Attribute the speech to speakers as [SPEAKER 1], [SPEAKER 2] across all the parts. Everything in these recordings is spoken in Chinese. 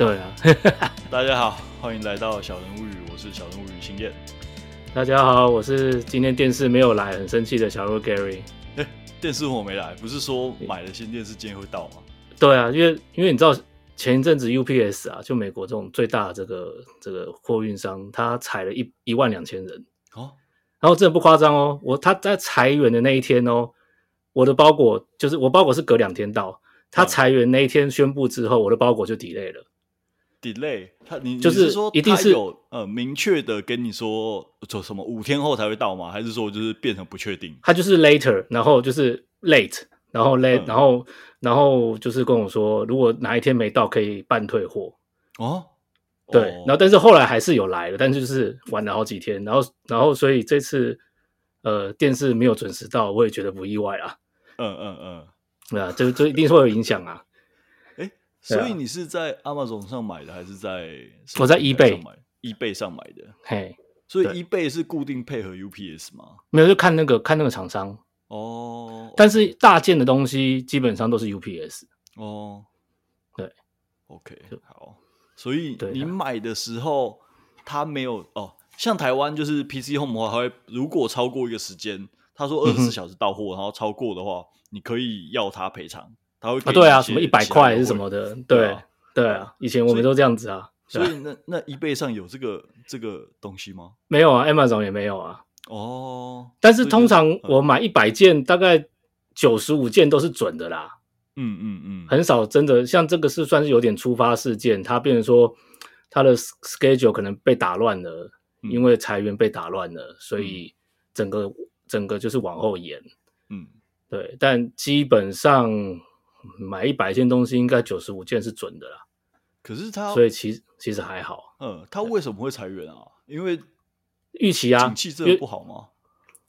[SPEAKER 1] 啊
[SPEAKER 2] 啊
[SPEAKER 1] 大家好，欢迎来到小人物语，我是小人物语星燕。
[SPEAKER 2] 大家好，我是今天电视没有来，很生气的小鹿 Gary。
[SPEAKER 1] 电视我没来，不是说买了新电视今天会到吗？
[SPEAKER 2] 对啊，因为因为你知道前一阵子 UPS 啊，就美国这种最大的这个这个货运商，他裁了一一万两千人，
[SPEAKER 1] 哦，
[SPEAKER 2] 然后真的不夸张哦，我他在裁员的那一天哦，我的包裹就是我包裹是隔两天到，他
[SPEAKER 1] 嗯
[SPEAKER 2] 裁员那一天宣布之后，我的包裹就 delay 了。
[SPEAKER 1] delay，他你
[SPEAKER 2] 就
[SPEAKER 1] 你
[SPEAKER 2] 是
[SPEAKER 1] 说
[SPEAKER 2] 一定
[SPEAKER 1] 他
[SPEAKER 2] 是
[SPEAKER 1] 有呃明确的跟你说，就什么五天后才会到吗？还是说就是变成不确定？
[SPEAKER 2] 他就是 later，然后就是 late，然后 late，、
[SPEAKER 1] 嗯
[SPEAKER 2] 然后然后就是跟我说，如果哪一天没到可以办退货。
[SPEAKER 1] 哦，
[SPEAKER 2] 对，
[SPEAKER 1] 哦
[SPEAKER 2] 然后但是后来还是有来的，但是就是晚了好几天，然后然后所以这次呃电视没有准时到，我也觉得不意外啊，
[SPEAKER 1] 嗯嗯嗯，
[SPEAKER 2] 对啊，这这一定会有影响啊。对啊
[SPEAKER 1] 所以你是在 Amazon 上买的，还是在
[SPEAKER 2] 我在 eBay
[SPEAKER 1] 上买？eBay 上买的，
[SPEAKER 2] 嘿，
[SPEAKER 1] 所以
[SPEAKER 2] 对
[SPEAKER 1] eBay 是固定配合 UPS 吗？
[SPEAKER 2] 没有就看那个看那个厂商，
[SPEAKER 1] 哦，
[SPEAKER 2] 但是大件的东西基本上都是 UPS。
[SPEAKER 1] 哦，
[SPEAKER 2] 对
[SPEAKER 1] ，OK，好，所以
[SPEAKER 2] 对
[SPEAKER 1] 你
[SPEAKER 2] 啊
[SPEAKER 1] 买的时候，它没有哦，像台湾就是 PC Home 的话，它会如果超过一个时间，他说二
[SPEAKER 2] 嗯
[SPEAKER 1] 十
[SPEAKER 2] 哼
[SPEAKER 1] 四小时到货，然后超过的话，你可以要他赔偿，他会给
[SPEAKER 2] 啊，
[SPEAKER 1] 你
[SPEAKER 2] 对啊，
[SPEAKER 1] 一些
[SPEAKER 2] 什么一百
[SPEAKER 1] 其他
[SPEAKER 2] 块
[SPEAKER 1] 优
[SPEAKER 2] 还是
[SPEAKER 1] 惠
[SPEAKER 2] 什么，的，
[SPEAKER 1] 对
[SPEAKER 2] 对
[SPEAKER 1] 啊
[SPEAKER 2] 对啊，以前我们都这样子啊，
[SPEAKER 1] 所
[SPEAKER 2] 对啊
[SPEAKER 1] 以那那 eBay 上有这个这个东西吗？
[SPEAKER 2] 没有啊，Amazon 也没有啊，
[SPEAKER 1] 哦，
[SPEAKER 2] 但是
[SPEAKER 1] 所以
[SPEAKER 2] 通
[SPEAKER 1] 就是
[SPEAKER 2] 常
[SPEAKER 1] 嗯
[SPEAKER 2] 我买一百件，大概九十五件都是准的啦，
[SPEAKER 1] 嗯嗯嗯，
[SPEAKER 2] 很少真的像这个是算是有点突发事件，它变成说它的 s- schedule 可能被打乱了，
[SPEAKER 1] 嗯
[SPEAKER 2] 因为裁员被打乱了，所以整个整个就是往后延。
[SPEAKER 1] 嗯
[SPEAKER 2] 对，但基本上买一百件东西，应该九十五件是准的啦，
[SPEAKER 1] 可是他
[SPEAKER 2] 所以其其实还好，
[SPEAKER 1] 嗯，他为什么会裁员啊？因为
[SPEAKER 2] 预期啊
[SPEAKER 1] 景气，真
[SPEAKER 2] 因
[SPEAKER 1] 的
[SPEAKER 2] 为
[SPEAKER 1] 不好吗？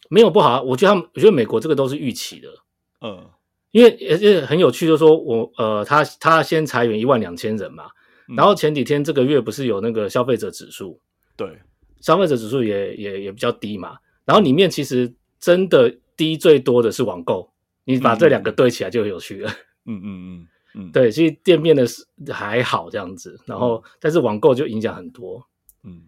[SPEAKER 2] 没有不好啊，我觉得他们，我觉得美国这个都是预期的。
[SPEAKER 1] 嗯，
[SPEAKER 2] 因为而且很有趣，就是说我呃，他他先裁员一万两千人嘛，
[SPEAKER 1] 嗯
[SPEAKER 2] 然后前几天这个月不是有那个消费者指数，
[SPEAKER 1] 对，
[SPEAKER 2] 消费者指数也也也比较低嘛。然后里面其实真的低最多的是网购，你把这两个对起来就很有趣了。
[SPEAKER 1] 嗯嗯嗯嗯，
[SPEAKER 2] 对，其实店面的是还好这样子，然后但是网购就影响很多。
[SPEAKER 1] 嗯。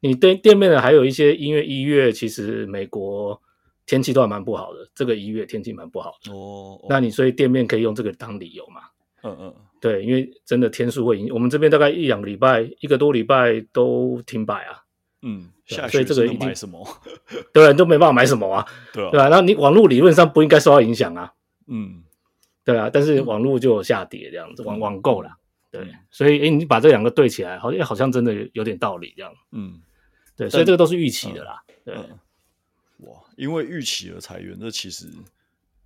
[SPEAKER 2] 你店店面的还有一些因为一月其实美国天气都还蛮不好的，这个一月天气蛮不好的，
[SPEAKER 1] 哦，哦
[SPEAKER 2] 那你所以店面可以用这个当理由嘛？
[SPEAKER 1] 嗯嗯，
[SPEAKER 2] 对，因为真的天数会影，我们这边大概一两个礼拜、一个多礼拜都停摆啊，
[SPEAKER 1] 嗯，
[SPEAKER 2] 对
[SPEAKER 1] 下
[SPEAKER 2] 啊所以
[SPEAKER 1] 雪
[SPEAKER 2] 这个
[SPEAKER 1] 是能
[SPEAKER 2] 一定
[SPEAKER 1] 买 什么？
[SPEAKER 2] 对啊，你都没办法买什么啊，
[SPEAKER 1] 对
[SPEAKER 2] 对
[SPEAKER 1] 啊，
[SPEAKER 2] 啊，那你网络理论上不应该受到影响啊，
[SPEAKER 1] 嗯，
[SPEAKER 2] 对啊，但是网络就有下跌这样子，网
[SPEAKER 1] 嗯
[SPEAKER 2] 网购啦，对
[SPEAKER 1] 嗯，
[SPEAKER 2] 所以诶，你把这两个对起来，好像好像真的有有点道理这样，
[SPEAKER 1] 嗯
[SPEAKER 2] 对，所以这个都是预期的啦，对
[SPEAKER 1] 嗯，哇，因为预期而裁员，这其实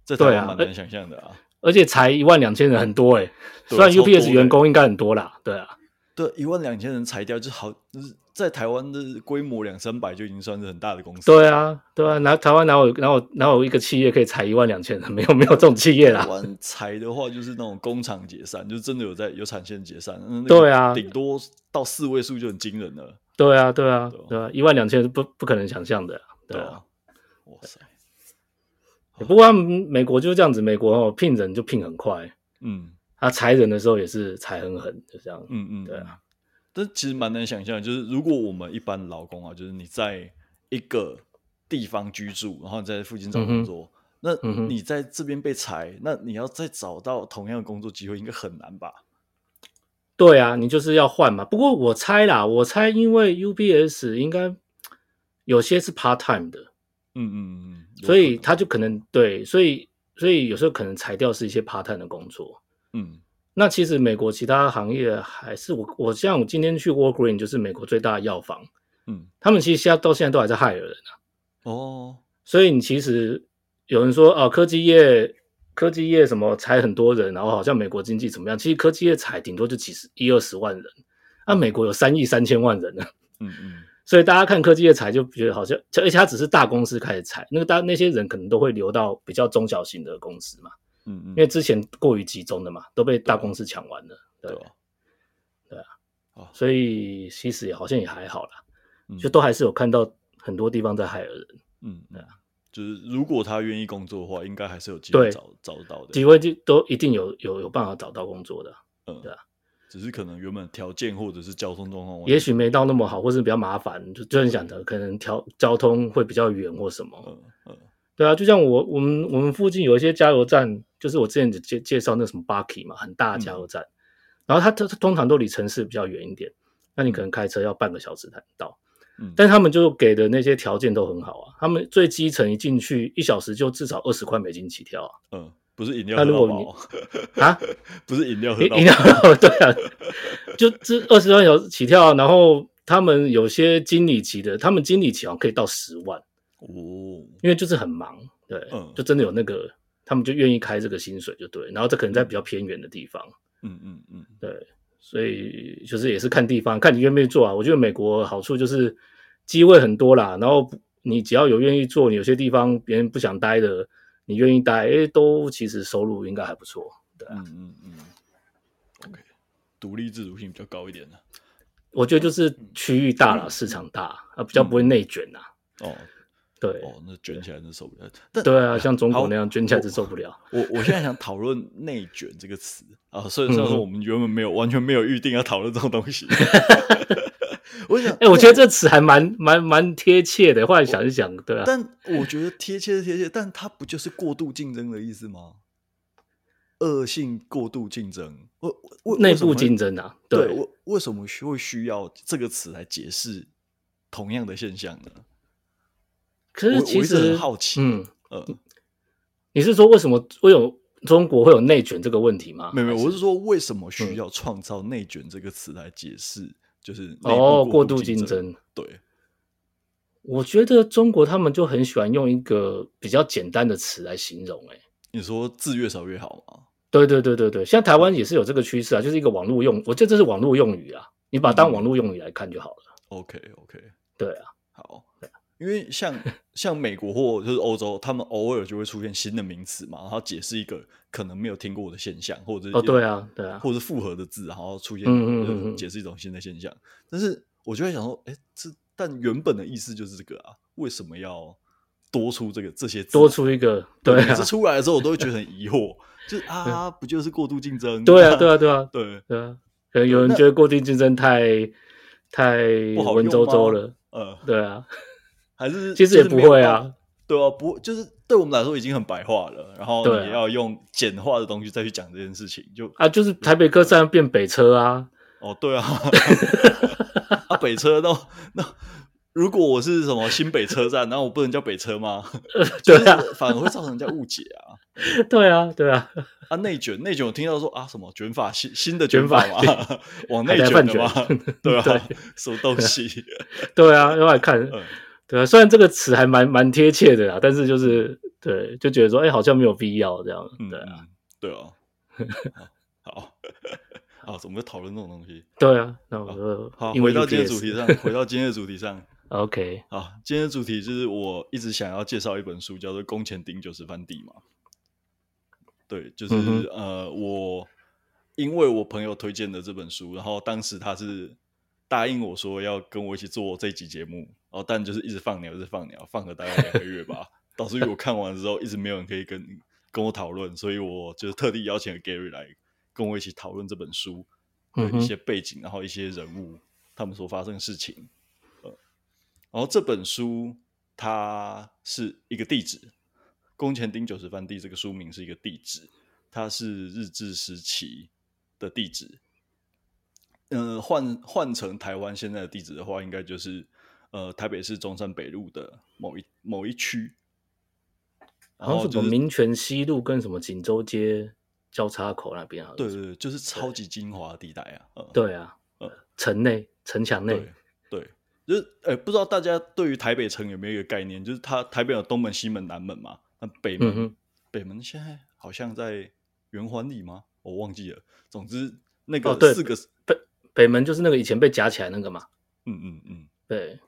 [SPEAKER 1] 在台
[SPEAKER 2] 对
[SPEAKER 1] 湾
[SPEAKER 2] 啊
[SPEAKER 1] 蛮难想象的啊。
[SPEAKER 2] 而且才一万两千人很多诶，
[SPEAKER 1] 对
[SPEAKER 2] 虽然
[SPEAKER 1] 超多的
[SPEAKER 2] UPS 员工应该很多啦，对啊，
[SPEAKER 1] 对，一万两千人裁掉，就好，就是在台湾的规模两三百就已经算是很大的公司。
[SPEAKER 2] 对，啊，对啊，哪台湾哪有哪有哪有一个企业可以裁一万两千人？没 有没有这种企业啦
[SPEAKER 1] 台，湾裁的话就是那种工厂解散，就真的有在有产线解散。那那个
[SPEAKER 2] 对啊
[SPEAKER 1] 顶多到四位数就很惊人了。
[SPEAKER 2] 对啊，对啊
[SPEAKER 1] 对啊，
[SPEAKER 2] 对啊，一万两千是不不可能想象的，对
[SPEAKER 1] 对
[SPEAKER 2] 啊。
[SPEAKER 1] 啊，哇塞，
[SPEAKER 2] 不过他们美国就是这样子，美国哦聘人就聘很快，
[SPEAKER 1] 嗯
[SPEAKER 2] 他裁人的时候也是裁很狠，就这样。
[SPEAKER 1] 嗯嗯，
[SPEAKER 2] 对啊。
[SPEAKER 1] 但其实蛮难想象的，就是如果我们一般劳工啊，就是你在一个地方居住，然后你在附近找工作，
[SPEAKER 2] 嗯
[SPEAKER 1] 那
[SPEAKER 2] 哼
[SPEAKER 1] 你在这边被裁，那你要再找到同样的工作机会，应该很难吧？
[SPEAKER 2] 对啊，你就是要换嘛。不过我猜啦，我猜因为 UBS 应该有些是 part time 的，
[SPEAKER 1] 嗯嗯嗯嗯，
[SPEAKER 2] 所以
[SPEAKER 1] 他
[SPEAKER 2] 他就可能对，所以所以有时候可能裁掉是一些 part time 的工作。
[SPEAKER 1] 嗯
[SPEAKER 2] 那其实美国其他行业还是我我像我今天去 Walgreen 就是美国最大的药房，
[SPEAKER 1] 嗯
[SPEAKER 2] 他们其实现在到现在都还在害人。
[SPEAKER 1] 哦
[SPEAKER 2] 所以你其实有人说啊，科技业科技业什么裁很多人，然后好像美国经济怎么样？其实科技业裁顶多就几十一二十万人，那、美国有三亿三千万人 呢，
[SPEAKER 1] 嗯嗯
[SPEAKER 2] 所以大家看科技业裁就觉得好像，而且它只是大公司开始裁，那个大那些人可能都会流到比较中小型的公司嘛，
[SPEAKER 1] 嗯嗯，
[SPEAKER 2] 因为之前过于集中的嘛，都被大公司抢完了，对
[SPEAKER 1] 对啊吧？
[SPEAKER 2] 所以其实也好像也还好啦，
[SPEAKER 1] 嗯
[SPEAKER 2] 就都还是有看到很多地方在害人。
[SPEAKER 1] 嗯嗯，就是如果他愿意工作的话，应该还是有机会
[SPEAKER 2] 对
[SPEAKER 1] 找找得到的。
[SPEAKER 2] 机会就都一定有有有办法找到工作的啊，
[SPEAKER 1] 嗯
[SPEAKER 2] 对啊。
[SPEAKER 1] 只是可能原本条件或者是交通状况问题，
[SPEAKER 2] 也许没到那么好，或是比较麻烦，就就像你讲的，可能调交通会比较远或什么。
[SPEAKER 1] 嗯嗯
[SPEAKER 2] 对啊，就像我我们我们附近有一些加油站，就是我之前介介绍那什么 Bucky 嘛，很大的加油站，然后它它它通常都离城市比较远一点，那你可能开车要半个小时才能到，
[SPEAKER 1] 嗯，
[SPEAKER 2] 但是他们就给的那些条件都很好啊，他们最基层一进去一小时就至少二十块美金起跳啊
[SPEAKER 1] 嗯不是饮料
[SPEAKER 2] 那
[SPEAKER 1] 喝
[SPEAKER 2] 如
[SPEAKER 1] 到
[SPEAKER 2] 果
[SPEAKER 1] 饱，
[SPEAKER 2] 啊，
[SPEAKER 1] 不是饮料喝
[SPEAKER 2] 饮
[SPEAKER 1] 到
[SPEAKER 2] 饮
[SPEAKER 1] 饱
[SPEAKER 2] 料 对啊，就这二十块小时起跳啊，然后他们有些经理级的，他们经理级好像可以到十万，
[SPEAKER 1] 哦，
[SPEAKER 2] 因为就是很忙，对，
[SPEAKER 1] 嗯
[SPEAKER 2] 就真的有那个，他们就愿意开这个薪水，就对。然后这可能在比较偏远的地方，
[SPEAKER 1] 嗯嗯嗯，
[SPEAKER 2] 对，所以就是也是看地方，看你愿不愿意做啊。我觉得美国好处就是机会很多啦，然后不你只要有愿意做，你有些地方别人不想待的，你愿意待，诶，都其实收入应该还不错。
[SPEAKER 1] 嗯嗯嗯，OK，独嗯立自主性比较高一点的、啊
[SPEAKER 2] 我觉得就是
[SPEAKER 1] 嗯
[SPEAKER 2] 区域大啦，市场大啊，比较不会内卷啦。
[SPEAKER 1] 哦
[SPEAKER 2] 对，
[SPEAKER 1] 哦，那卷起来真受不了。但
[SPEAKER 2] 对啊，像中国
[SPEAKER 1] 好
[SPEAKER 2] 那样捐起来就受不了。
[SPEAKER 1] 我我现在想讨论“内卷”这个词啊，虽然虽然说
[SPEAKER 2] 嗯
[SPEAKER 1] 我们原本没有完全没有预定要讨论这种 东西，我想，
[SPEAKER 2] 哎、我觉得这词还蛮蛮蛮贴切的。后来想一想，对啊，
[SPEAKER 1] 哦但我觉得贴切是贴切，但它不就是过度竞争的意思吗？恶性过度竞争，我我
[SPEAKER 2] 内部竞，
[SPEAKER 1] 为
[SPEAKER 2] 争啊，
[SPEAKER 1] 为什么会对，我为什么需会需要这个词来解释同样的现象呢？
[SPEAKER 2] 可
[SPEAKER 1] 我
[SPEAKER 2] 是
[SPEAKER 1] 我
[SPEAKER 2] 其
[SPEAKER 1] 一直
[SPEAKER 2] 实
[SPEAKER 1] 很好奇
[SPEAKER 2] 嗯，
[SPEAKER 1] 呃，
[SPEAKER 2] 你是说为什么会有中国会有内卷这个问题吗？
[SPEAKER 1] 没有没有，
[SPEAKER 2] 还
[SPEAKER 1] 我是说为什么需
[SPEAKER 2] 嗯
[SPEAKER 1] 要创造“内卷”这个词来解释，就是内部
[SPEAKER 2] 哦，
[SPEAKER 1] 过
[SPEAKER 2] 过度竞
[SPEAKER 1] 争，
[SPEAKER 2] 争。
[SPEAKER 1] 对，
[SPEAKER 2] 我觉得中国他们就很喜欢用一个比较简单的词来形容、欸，哎，
[SPEAKER 1] 你说字越少越好吗？
[SPEAKER 2] 对对对对对，像台湾也是有这个趋势啊，就是一个网络用，我觉得这是网络用语啊，你把
[SPEAKER 1] 嗯
[SPEAKER 2] 它当网络用语来看就好了。
[SPEAKER 1] OK OK，
[SPEAKER 2] 对啊，
[SPEAKER 1] 好，因为 像像美国或就是欧洲，他们偶尔就会出现新的名词嘛，然后解释一个可能没有听过的现象，或者是
[SPEAKER 2] 哦对啊对啊
[SPEAKER 1] 或者是复合的字，然后出现
[SPEAKER 2] 嗯嗯嗯
[SPEAKER 1] 就是
[SPEAKER 2] 嗯
[SPEAKER 1] 解释一种新的现象。但是我就在想说，哎，这但原本的意思就是这个啊，为什么要多出这个这些字
[SPEAKER 2] 多出一个，对
[SPEAKER 1] 每
[SPEAKER 2] 啊嗯
[SPEAKER 1] 次，出来的时候，我都会觉得很疑 惑，就是啊，不就是过度竞争？
[SPEAKER 2] 对啊，对啊，对啊，
[SPEAKER 1] 对，
[SPEAKER 2] 对啊，可能有人
[SPEAKER 1] 那
[SPEAKER 2] 觉得过定竞争太太
[SPEAKER 1] 不好
[SPEAKER 2] 文绉绉
[SPEAKER 1] 用吗
[SPEAKER 2] 了，
[SPEAKER 1] 呃，
[SPEAKER 2] 对啊，
[SPEAKER 1] 还是
[SPEAKER 2] 其实
[SPEAKER 1] 就
[SPEAKER 2] 也
[SPEAKER 1] 是
[SPEAKER 2] 不
[SPEAKER 1] 没有
[SPEAKER 2] 会
[SPEAKER 1] 到
[SPEAKER 2] 啊，
[SPEAKER 1] 对啊，不就是对我们来说已经很白话了，然后
[SPEAKER 2] 对啊
[SPEAKER 1] 你要用简化的东西再去讲这件事情，就
[SPEAKER 2] 啊，就是台北客站变北车啊，
[SPEAKER 1] 哦，对啊，啊北车那那如果我是什么新北车站，那我不能叫北车吗？就是
[SPEAKER 2] 对啊，
[SPEAKER 1] 反而会造成人家误解啊
[SPEAKER 2] 对啊，对啊，
[SPEAKER 1] 啊内卷内卷，我听到说啊什么卷法新新的
[SPEAKER 2] 卷
[SPEAKER 1] 卷法
[SPEAKER 2] 法
[SPEAKER 1] 嘛， 往哦内
[SPEAKER 2] 还在
[SPEAKER 1] 卷
[SPEAKER 2] 犯
[SPEAKER 1] 的嘛， 对啊，什么东西？
[SPEAKER 2] 对啊，要来看，
[SPEAKER 1] 嗯
[SPEAKER 2] 对啊，虽然这个词还蛮蛮贴切的啦，但是就是对，就觉得说，哎、好像没有必要这样，
[SPEAKER 1] 嗯
[SPEAKER 2] 对啊，
[SPEAKER 1] 嗯对啊，好好， 我们就讨论这种东西。
[SPEAKER 2] 对啊，那我
[SPEAKER 1] 哦好，
[SPEAKER 2] 就因为
[SPEAKER 1] 回到今天的主
[SPEAKER 2] UPS
[SPEAKER 1] 题上， 回到今天的主题上。
[SPEAKER 2] ，OK，
[SPEAKER 1] 好，今天的主题就是我一直想要介绍一本书，叫做《工钱顶九十番地》嘛。对，就是、
[SPEAKER 2] 嗯哼
[SPEAKER 1] 呃，我因为我朋友推荐的这本书，然后当时他是答应我说要跟我一起做这集节目，哦，但就是一直放鸟，一直放鸟，放了大概两个月吧，导致于我看完之后一直没有人可以跟跟我讨论，所以我就是特地邀请了 Gary 来跟我一起讨论这本书的
[SPEAKER 2] 嗯哼
[SPEAKER 1] 呃一些背景，然后一些人物他们所发生的事情。呃然后这本书它是一个地址，《宫前町九十番地》这个书名是一个地址，它是日治时期的地址。呃，换换成台湾现在的地址的话，应该就是呃台北市中山北路的某一某一区。然
[SPEAKER 2] 好
[SPEAKER 1] 后
[SPEAKER 2] 像
[SPEAKER 1] 就
[SPEAKER 2] 什么
[SPEAKER 1] 是
[SPEAKER 2] 民权西路跟什么锦州街交叉口那边，好像
[SPEAKER 1] 对
[SPEAKER 2] 是
[SPEAKER 1] 对对，就是超级精华地带啊。呃、
[SPEAKER 2] 对啊，
[SPEAKER 1] 嗯
[SPEAKER 2] 城内城墙内，
[SPEAKER 1] 对，就是呃，不知道大家对于台北城有没有一个概念？就是它台北有东门、西门、南门嘛，那北门、
[SPEAKER 2] 嗯哼
[SPEAKER 1] 北门现在好像在圆环里吗？我忘记了。总之那
[SPEAKER 2] 哦
[SPEAKER 1] 个
[SPEAKER 2] 对
[SPEAKER 1] 四个，
[SPEAKER 2] 北北门就是那个以前被夹起来那个嘛，
[SPEAKER 1] 嗯嗯嗯，
[SPEAKER 2] 对，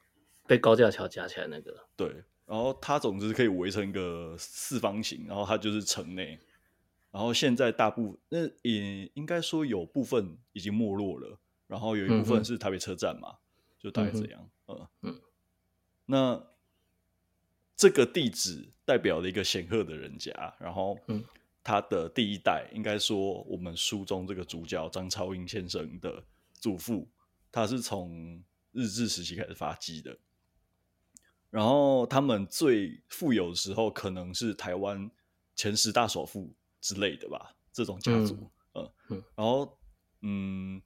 [SPEAKER 2] 被高架桥夹起来那个，
[SPEAKER 1] 对。然后它总之可以围成一个四方形，然后它就是城内。然后现在大部那也应该说有部分已经没落了，然后有一部
[SPEAKER 2] 嗯哼
[SPEAKER 1] 分是台北车站嘛，就大概这样。嗯
[SPEAKER 2] 嗯
[SPEAKER 1] 那这个地址代表了一个显赫的人家，然后
[SPEAKER 2] 嗯
[SPEAKER 1] 他的第一代，应该说我们书中这个主角张超英先生的祖父，他是从日治时期开始发迹的。然后他们最富有的时候，可能是台湾前十大首富之类的吧，这种家族。嗯，
[SPEAKER 2] 嗯
[SPEAKER 1] 然后嗯，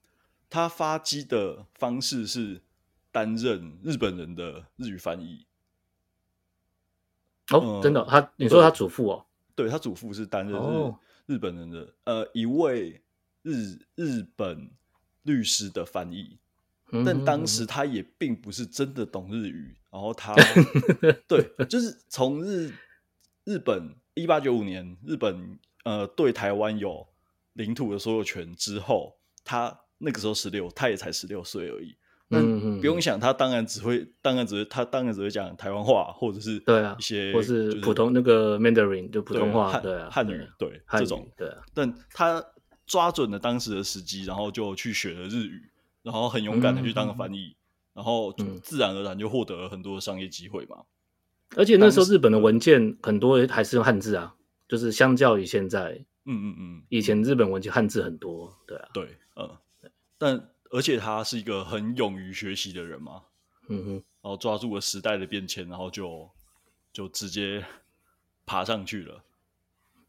[SPEAKER 1] 他发迹的方式是担任日本人的日语翻译。
[SPEAKER 2] 哦，
[SPEAKER 1] 嗯
[SPEAKER 2] 真的，他你说他祖父哦，
[SPEAKER 1] 对他祖父是担任日、
[SPEAKER 2] 哦
[SPEAKER 1] 日本人的呃一位日日本律师的翻译，
[SPEAKER 2] 嗯
[SPEAKER 1] 但当时他也并不是真的懂日语，然后 他对就是从日日本一八九五年日本呃对台湾有领土的所有权之后，他那个时候十六，他也才十六岁而已。那
[SPEAKER 2] 嗯嗯
[SPEAKER 1] 不用想，他当然只会，当然只会，他当然只会讲台湾话，或者是
[SPEAKER 2] 对啊
[SPEAKER 1] 一些
[SPEAKER 2] 或
[SPEAKER 1] 就是
[SPEAKER 2] 普通那个 Mandarin 就普
[SPEAKER 1] 对
[SPEAKER 2] 通话，
[SPEAKER 1] 汉
[SPEAKER 2] 对啊，
[SPEAKER 1] 汉
[SPEAKER 2] 对
[SPEAKER 1] 语
[SPEAKER 2] 啊，
[SPEAKER 1] 对
[SPEAKER 2] 汉
[SPEAKER 1] 这
[SPEAKER 2] 语
[SPEAKER 1] 种，
[SPEAKER 2] 对啊，
[SPEAKER 1] 但他抓准了当时的时机，然后就去学了日语，然后很勇敢的去当了翻译，然后就
[SPEAKER 2] 嗯
[SPEAKER 1] 自然而然就获得了很多商业机会嘛。
[SPEAKER 2] 而且那时候
[SPEAKER 1] 当时嗯
[SPEAKER 2] 日本的文件很多还是用汉字啊，就是相较于现在，
[SPEAKER 1] 嗯嗯嗯，
[SPEAKER 2] 以前日本文件汉字很多，对啊，
[SPEAKER 1] 对，嗯，但而且他是一个很勇于学习的人嘛，
[SPEAKER 2] 嗯哼，
[SPEAKER 1] 然后抓住了时代的变迁，然后就就直接爬上去了。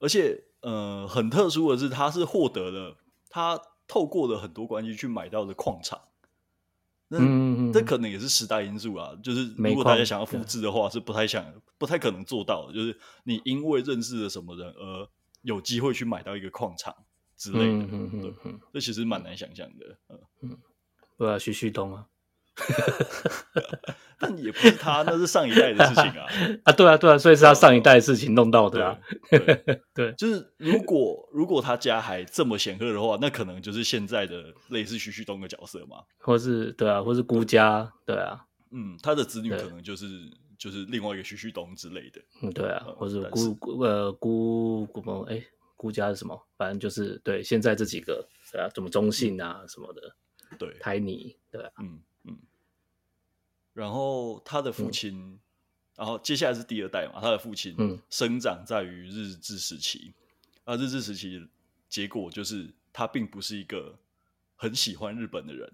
[SPEAKER 1] 而且，呃，很特殊的是，他是获得了他透过了很多关系去买到的矿场。那、
[SPEAKER 2] 嗯嗯嗯
[SPEAKER 1] 这可能也是时代因素啊，就是
[SPEAKER 2] 煤
[SPEAKER 1] 如果大家
[SPEAKER 2] 矿
[SPEAKER 1] 想要复制的话，是不太想、不太可能做到的。就是你因为认识了什么人而有机会去买到一个矿场之类的，
[SPEAKER 2] 嗯嗯嗯
[SPEAKER 1] 对
[SPEAKER 2] 嗯嗯，
[SPEAKER 1] 这其实蛮难想象的。嗯，
[SPEAKER 2] 对啊，徐旭东啊，
[SPEAKER 1] 但也不是他，那是上一代的事情啊。
[SPEAKER 2] 啊，对啊，对啊，所以是他上一代的事情弄到的啊，
[SPEAKER 1] 对，
[SPEAKER 2] 对
[SPEAKER 1] 就是如果如果他家还这么显赫的话，那可能就是现在的类似徐旭东的角色嘛。
[SPEAKER 2] 或是对啊，或是孤家，对啊，
[SPEAKER 1] 嗯，他的子女
[SPEAKER 2] 对
[SPEAKER 1] 可能就是就是另外一个徐旭东之类的。
[SPEAKER 2] 嗯，对啊
[SPEAKER 1] 呃，
[SPEAKER 2] 或是
[SPEAKER 1] 但是
[SPEAKER 2] 孤孤呃孤孤某哎孤家是什么？反正就是对现在这几个对啊，什么中
[SPEAKER 1] 嗯
[SPEAKER 2] 信啊什么的，
[SPEAKER 1] 对，
[SPEAKER 2] 台泥对啊，
[SPEAKER 1] 嗯嗯。然后他的父亲，然后接下来是第二代嘛，他的父亲
[SPEAKER 2] 嗯
[SPEAKER 1] 生长在于日治时期，啊，日治时期的结果就是他并不是一个很喜欢日本的人。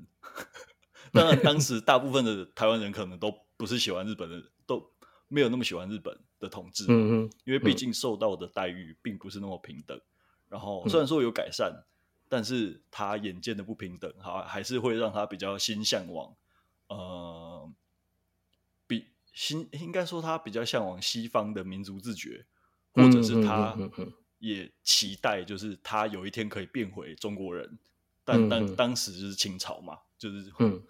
[SPEAKER 1] 当然，当时大部分的台湾人可能都不是喜欢日本的，都没有那么喜欢日本的统治。
[SPEAKER 2] 嗯嗯
[SPEAKER 1] 因为毕竟受到的待遇并不是那么平等。然
[SPEAKER 2] 嗯
[SPEAKER 1] 后虽然说有改善，但是他眼见的不平等，还还是会让他比较心向往，呃，比心应该说他比较向往西方的民族自觉，或者是他
[SPEAKER 2] 嗯嗯嗯嗯嗯
[SPEAKER 1] 也期待，就是他有一天可以变回中国人。但
[SPEAKER 2] 嗯
[SPEAKER 1] 当
[SPEAKER 2] 嗯
[SPEAKER 1] 当时就是清朝嘛，就是
[SPEAKER 2] 嗯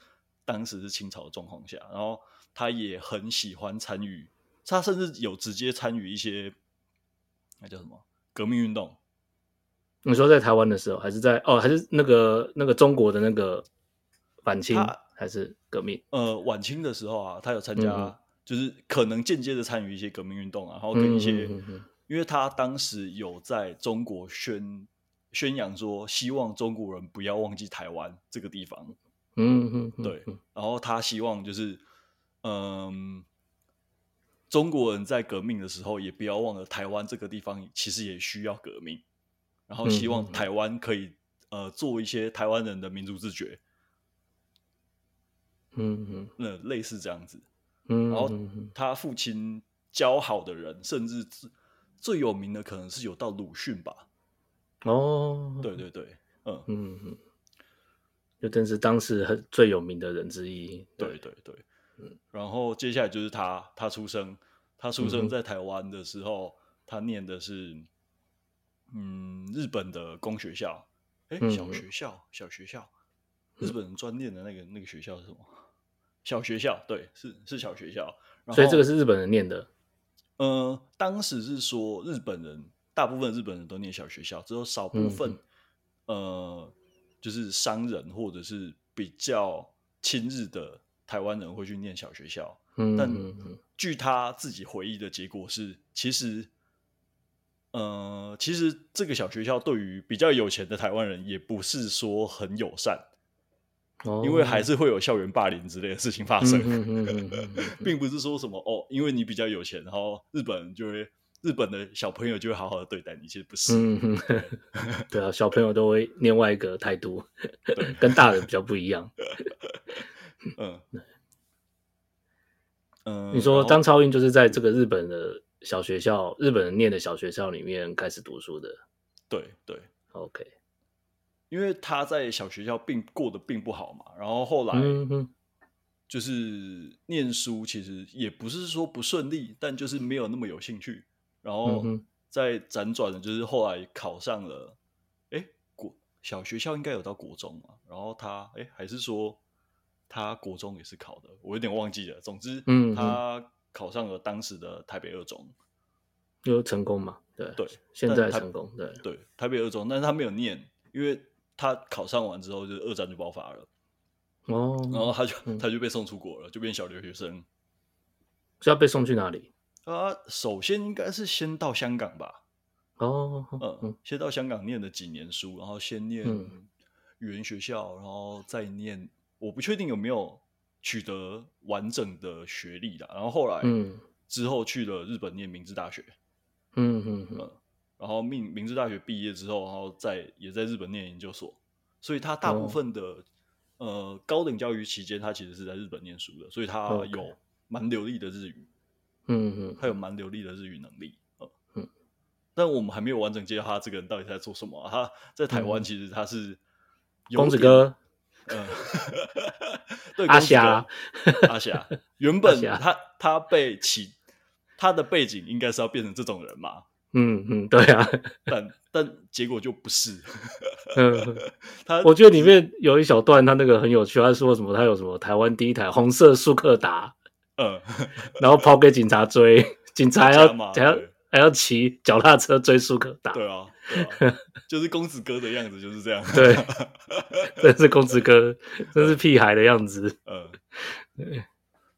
[SPEAKER 1] 当时是清朝的状况下，然后他也很喜欢参与，他甚至有直接参与一些那叫什么革命运动，
[SPEAKER 2] 你说在台湾的时候，还是在哦，还是那个那个中国的那个反清
[SPEAKER 1] 他
[SPEAKER 2] 还是革命？
[SPEAKER 1] 呃，晚清的时候啊，他有参加，
[SPEAKER 2] 嗯嗯
[SPEAKER 1] 就是可能间接的参与一些革命运动啊，然后跟一些，
[SPEAKER 2] 嗯嗯嗯嗯嗯
[SPEAKER 1] 因为他当时有在中国宣宣扬说，希望中国人不要忘记台湾这个地方，
[SPEAKER 2] 嗯嗯嗯，
[SPEAKER 1] 对
[SPEAKER 2] 嗯
[SPEAKER 1] 然后他希望就是，嗯，中国人在革命的时候也不要忘了台湾这个地方其实也需要革命，然后希
[SPEAKER 2] 嗯
[SPEAKER 1] 望
[SPEAKER 2] 嗯嗯
[SPEAKER 1] 台湾可以呃做一些台湾人的民族自觉，
[SPEAKER 2] 嗯嗯
[SPEAKER 1] 那、类似这样子。
[SPEAKER 2] 嗯，
[SPEAKER 1] 然后
[SPEAKER 2] 嗯嗯
[SPEAKER 1] 他父亲教好的人，甚至最最有名的可能是有到鲁迅吧？
[SPEAKER 2] 嗯哦，
[SPEAKER 1] 对对对，嗯，
[SPEAKER 2] 嗯，嗯，就真是当时很最有名的人之一。
[SPEAKER 1] 对，对对，然后接下来就是他，他出生，他出
[SPEAKER 2] 嗯
[SPEAKER 1] 生
[SPEAKER 2] 哼
[SPEAKER 1] 在台湾的时候，他念的是嗯日本的公学校，哎，
[SPEAKER 2] 嗯
[SPEAKER 1] 小
[SPEAKER 2] 嗯
[SPEAKER 1] 学校，小学校，日本人专念的那个那个学校是什么？小学校，对，是是小学校。然
[SPEAKER 2] 所以这
[SPEAKER 1] 后
[SPEAKER 2] 个是日本人念的。
[SPEAKER 1] 呃，当时是说日本人大部分日本人都念小学校，只有少
[SPEAKER 2] 嗯
[SPEAKER 1] 部分、呃，就是商人或者是比较亲日的台湾人会去念小学校。
[SPEAKER 2] 嗯，
[SPEAKER 1] 但
[SPEAKER 2] 嗯嗯
[SPEAKER 1] 据他自己回忆的结果是，其实呃，其实这个小学校对于比较有钱的台湾人也不是说很友善，
[SPEAKER 2] 哦
[SPEAKER 1] 因为还是会有校园霸凌之类的事情发
[SPEAKER 2] 嗯
[SPEAKER 1] 生。
[SPEAKER 2] 嗯嗯嗯嗯嗯嗯
[SPEAKER 1] 并不是说什么哦，因为你比较有钱，然后日本人就会日本的小朋友就会好好的对待你，其实不是。
[SPEAKER 2] 嗯哼，对啊，小朋友都会另外一个态度， 跟大人比较不一样。
[SPEAKER 1] 嗯嗯，
[SPEAKER 2] 你说
[SPEAKER 1] 然后
[SPEAKER 2] 张超英就是在这个日本的小学校，日本人念的小学校里面开始读书的。
[SPEAKER 1] 对对，
[SPEAKER 2] OK，
[SPEAKER 1] 因为他在小学校并过得并不好嘛，然后后来
[SPEAKER 2] 嗯哼，
[SPEAKER 1] 就是念书，其实也不是说不顺利，但就是没有那么有兴趣。然
[SPEAKER 2] 嗯
[SPEAKER 1] 后
[SPEAKER 2] 哼，
[SPEAKER 1] 再辗转的，就是后来考上了，哎，国小学校应该有到国中嘛。然后他，哎，还是说他国中也是考的，我有点忘记了。总之，
[SPEAKER 2] 嗯嗯
[SPEAKER 1] 他考上了当时的台北二中，
[SPEAKER 2] 有成功嘛？对，
[SPEAKER 1] 对，
[SPEAKER 2] 现
[SPEAKER 1] 但
[SPEAKER 2] 在
[SPEAKER 1] 他
[SPEAKER 2] 成功，对，
[SPEAKER 1] 对，台北二中，但是他没有念，因为他考上完之后，就是二战就爆发了，
[SPEAKER 2] 哦，
[SPEAKER 1] 然后他就、
[SPEAKER 2] 嗯
[SPEAKER 1] 他就被送出国了，就变小留学生。
[SPEAKER 2] 是要被送去哪里？
[SPEAKER 1] 啊，首先应该是先到香港吧，
[SPEAKER 2] 哦，
[SPEAKER 1] 嗯，
[SPEAKER 2] 嗯
[SPEAKER 1] 先到香港念了几年书，然后先念
[SPEAKER 2] 嗯
[SPEAKER 1] 语言学校，然后再念，我不确定有没有取得完整的学历啦。然后后来
[SPEAKER 2] 嗯
[SPEAKER 1] 之后去了日本念明治大学，
[SPEAKER 2] 嗯嗯嗯，
[SPEAKER 1] 然后明明治大学毕业之后，然后在也在日本念研究所，所以他大部
[SPEAKER 2] 哦
[SPEAKER 1] 分的、呃高等教育期间，他其实是在日本念书的，所以他
[SPEAKER 2] 哦 OK
[SPEAKER 1] 有蛮流利的日语。
[SPEAKER 2] 嗯
[SPEAKER 1] 他有蛮流利的日语能力，呃
[SPEAKER 2] 嗯，
[SPEAKER 1] 但我们还没有完整介绍他这个人到底在做什么啊、他在台湾
[SPEAKER 2] 嗯
[SPEAKER 1] 其实他是
[SPEAKER 2] 嗯，
[SPEAKER 1] 有
[SPEAKER 2] 公子
[SPEAKER 1] 点，
[SPEAKER 2] 哥，
[SPEAKER 1] 嗯，对，公子
[SPEAKER 2] 阿
[SPEAKER 1] 哥
[SPEAKER 2] 霞，
[SPEAKER 1] 阿霞，原本
[SPEAKER 2] 霞
[SPEAKER 1] 他他被起他的背景应该是要变成这种人嘛，
[SPEAKER 2] 嗯嗯，对啊，
[SPEAKER 1] 但但结果就不是，
[SPEAKER 2] 嗯。
[SPEAKER 1] 他
[SPEAKER 2] 我觉得里面有一小段，他那个很有趣，他说什么？他有什么台湾第一台红色速克达，
[SPEAKER 1] 嗯，
[SPEAKER 2] 然后跑给警察 追，警察还要
[SPEAKER 1] 加码
[SPEAKER 2] 还要
[SPEAKER 1] 对
[SPEAKER 2] 还要骑脚踏车追速克达，
[SPEAKER 1] 对啊，对啊，就是公子哥的样子就是这样，
[SPEAKER 2] 对，真是公子哥，真是屁孩的样子，
[SPEAKER 1] 嗯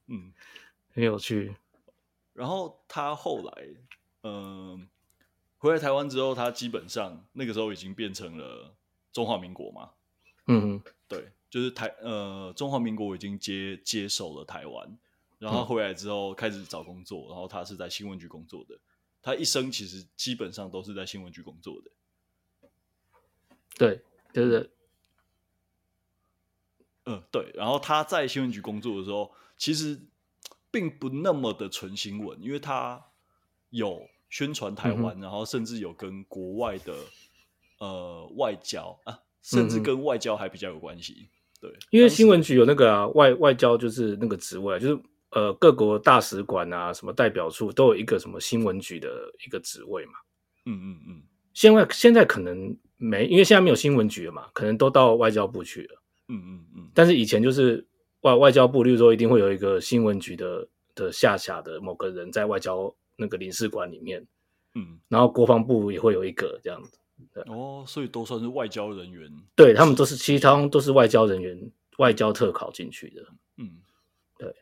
[SPEAKER 1] 嗯。
[SPEAKER 2] 很有趣。
[SPEAKER 1] 然后他后来，嗯、回来台湾之后，他基本上那个时候已经变成了中华民国嘛，
[SPEAKER 2] 嗯
[SPEAKER 1] 对，就是台呃中华民国已经接接手了台湾。然后他
[SPEAKER 2] 嗯
[SPEAKER 1] 回来之后开始找工作，然后他是在新闻局工作的。他一生其实基本上都是在新闻局工作的。
[SPEAKER 2] 对，就是
[SPEAKER 1] 嗯，对。然后他在新闻局工作的时候，其实并不那么的纯新闻，因为他有宣传台
[SPEAKER 2] 嗯
[SPEAKER 1] 湾，然后甚至有跟国外的呃外交啊，甚至
[SPEAKER 2] 嗯哼
[SPEAKER 1] 跟外交还比较有关系。对，
[SPEAKER 2] 因为
[SPEAKER 1] 当时
[SPEAKER 2] 新闻局有那个啊外外交，就是那个职位啊，就是呃各国大使馆啊、什么代表处都有一个什么新闻局的一个职位嘛。
[SPEAKER 1] 嗯嗯嗯，
[SPEAKER 2] 现在现在可能没，因为现在没有新闻局了嘛，可能都到外交部去了。
[SPEAKER 1] 嗯嗯嗯，
[SPEAKER 2] 但是以前就是外外交部，例如说一定会有一个新闻局的的下辖的某个人在外交那个领事馆里面，
[SPEAKER 1] 嗯，
[SPEAKER 2] 然后国防部也会有一个这样子。
[SPEAKER 1] 哦，所以都算是外交人员。
[SPEAKER 2] 对他们都是，其实他们都是外交人员、外交特考进去的。
[SPEAKER 1] 嗯，
[SPEAKER 2] 对。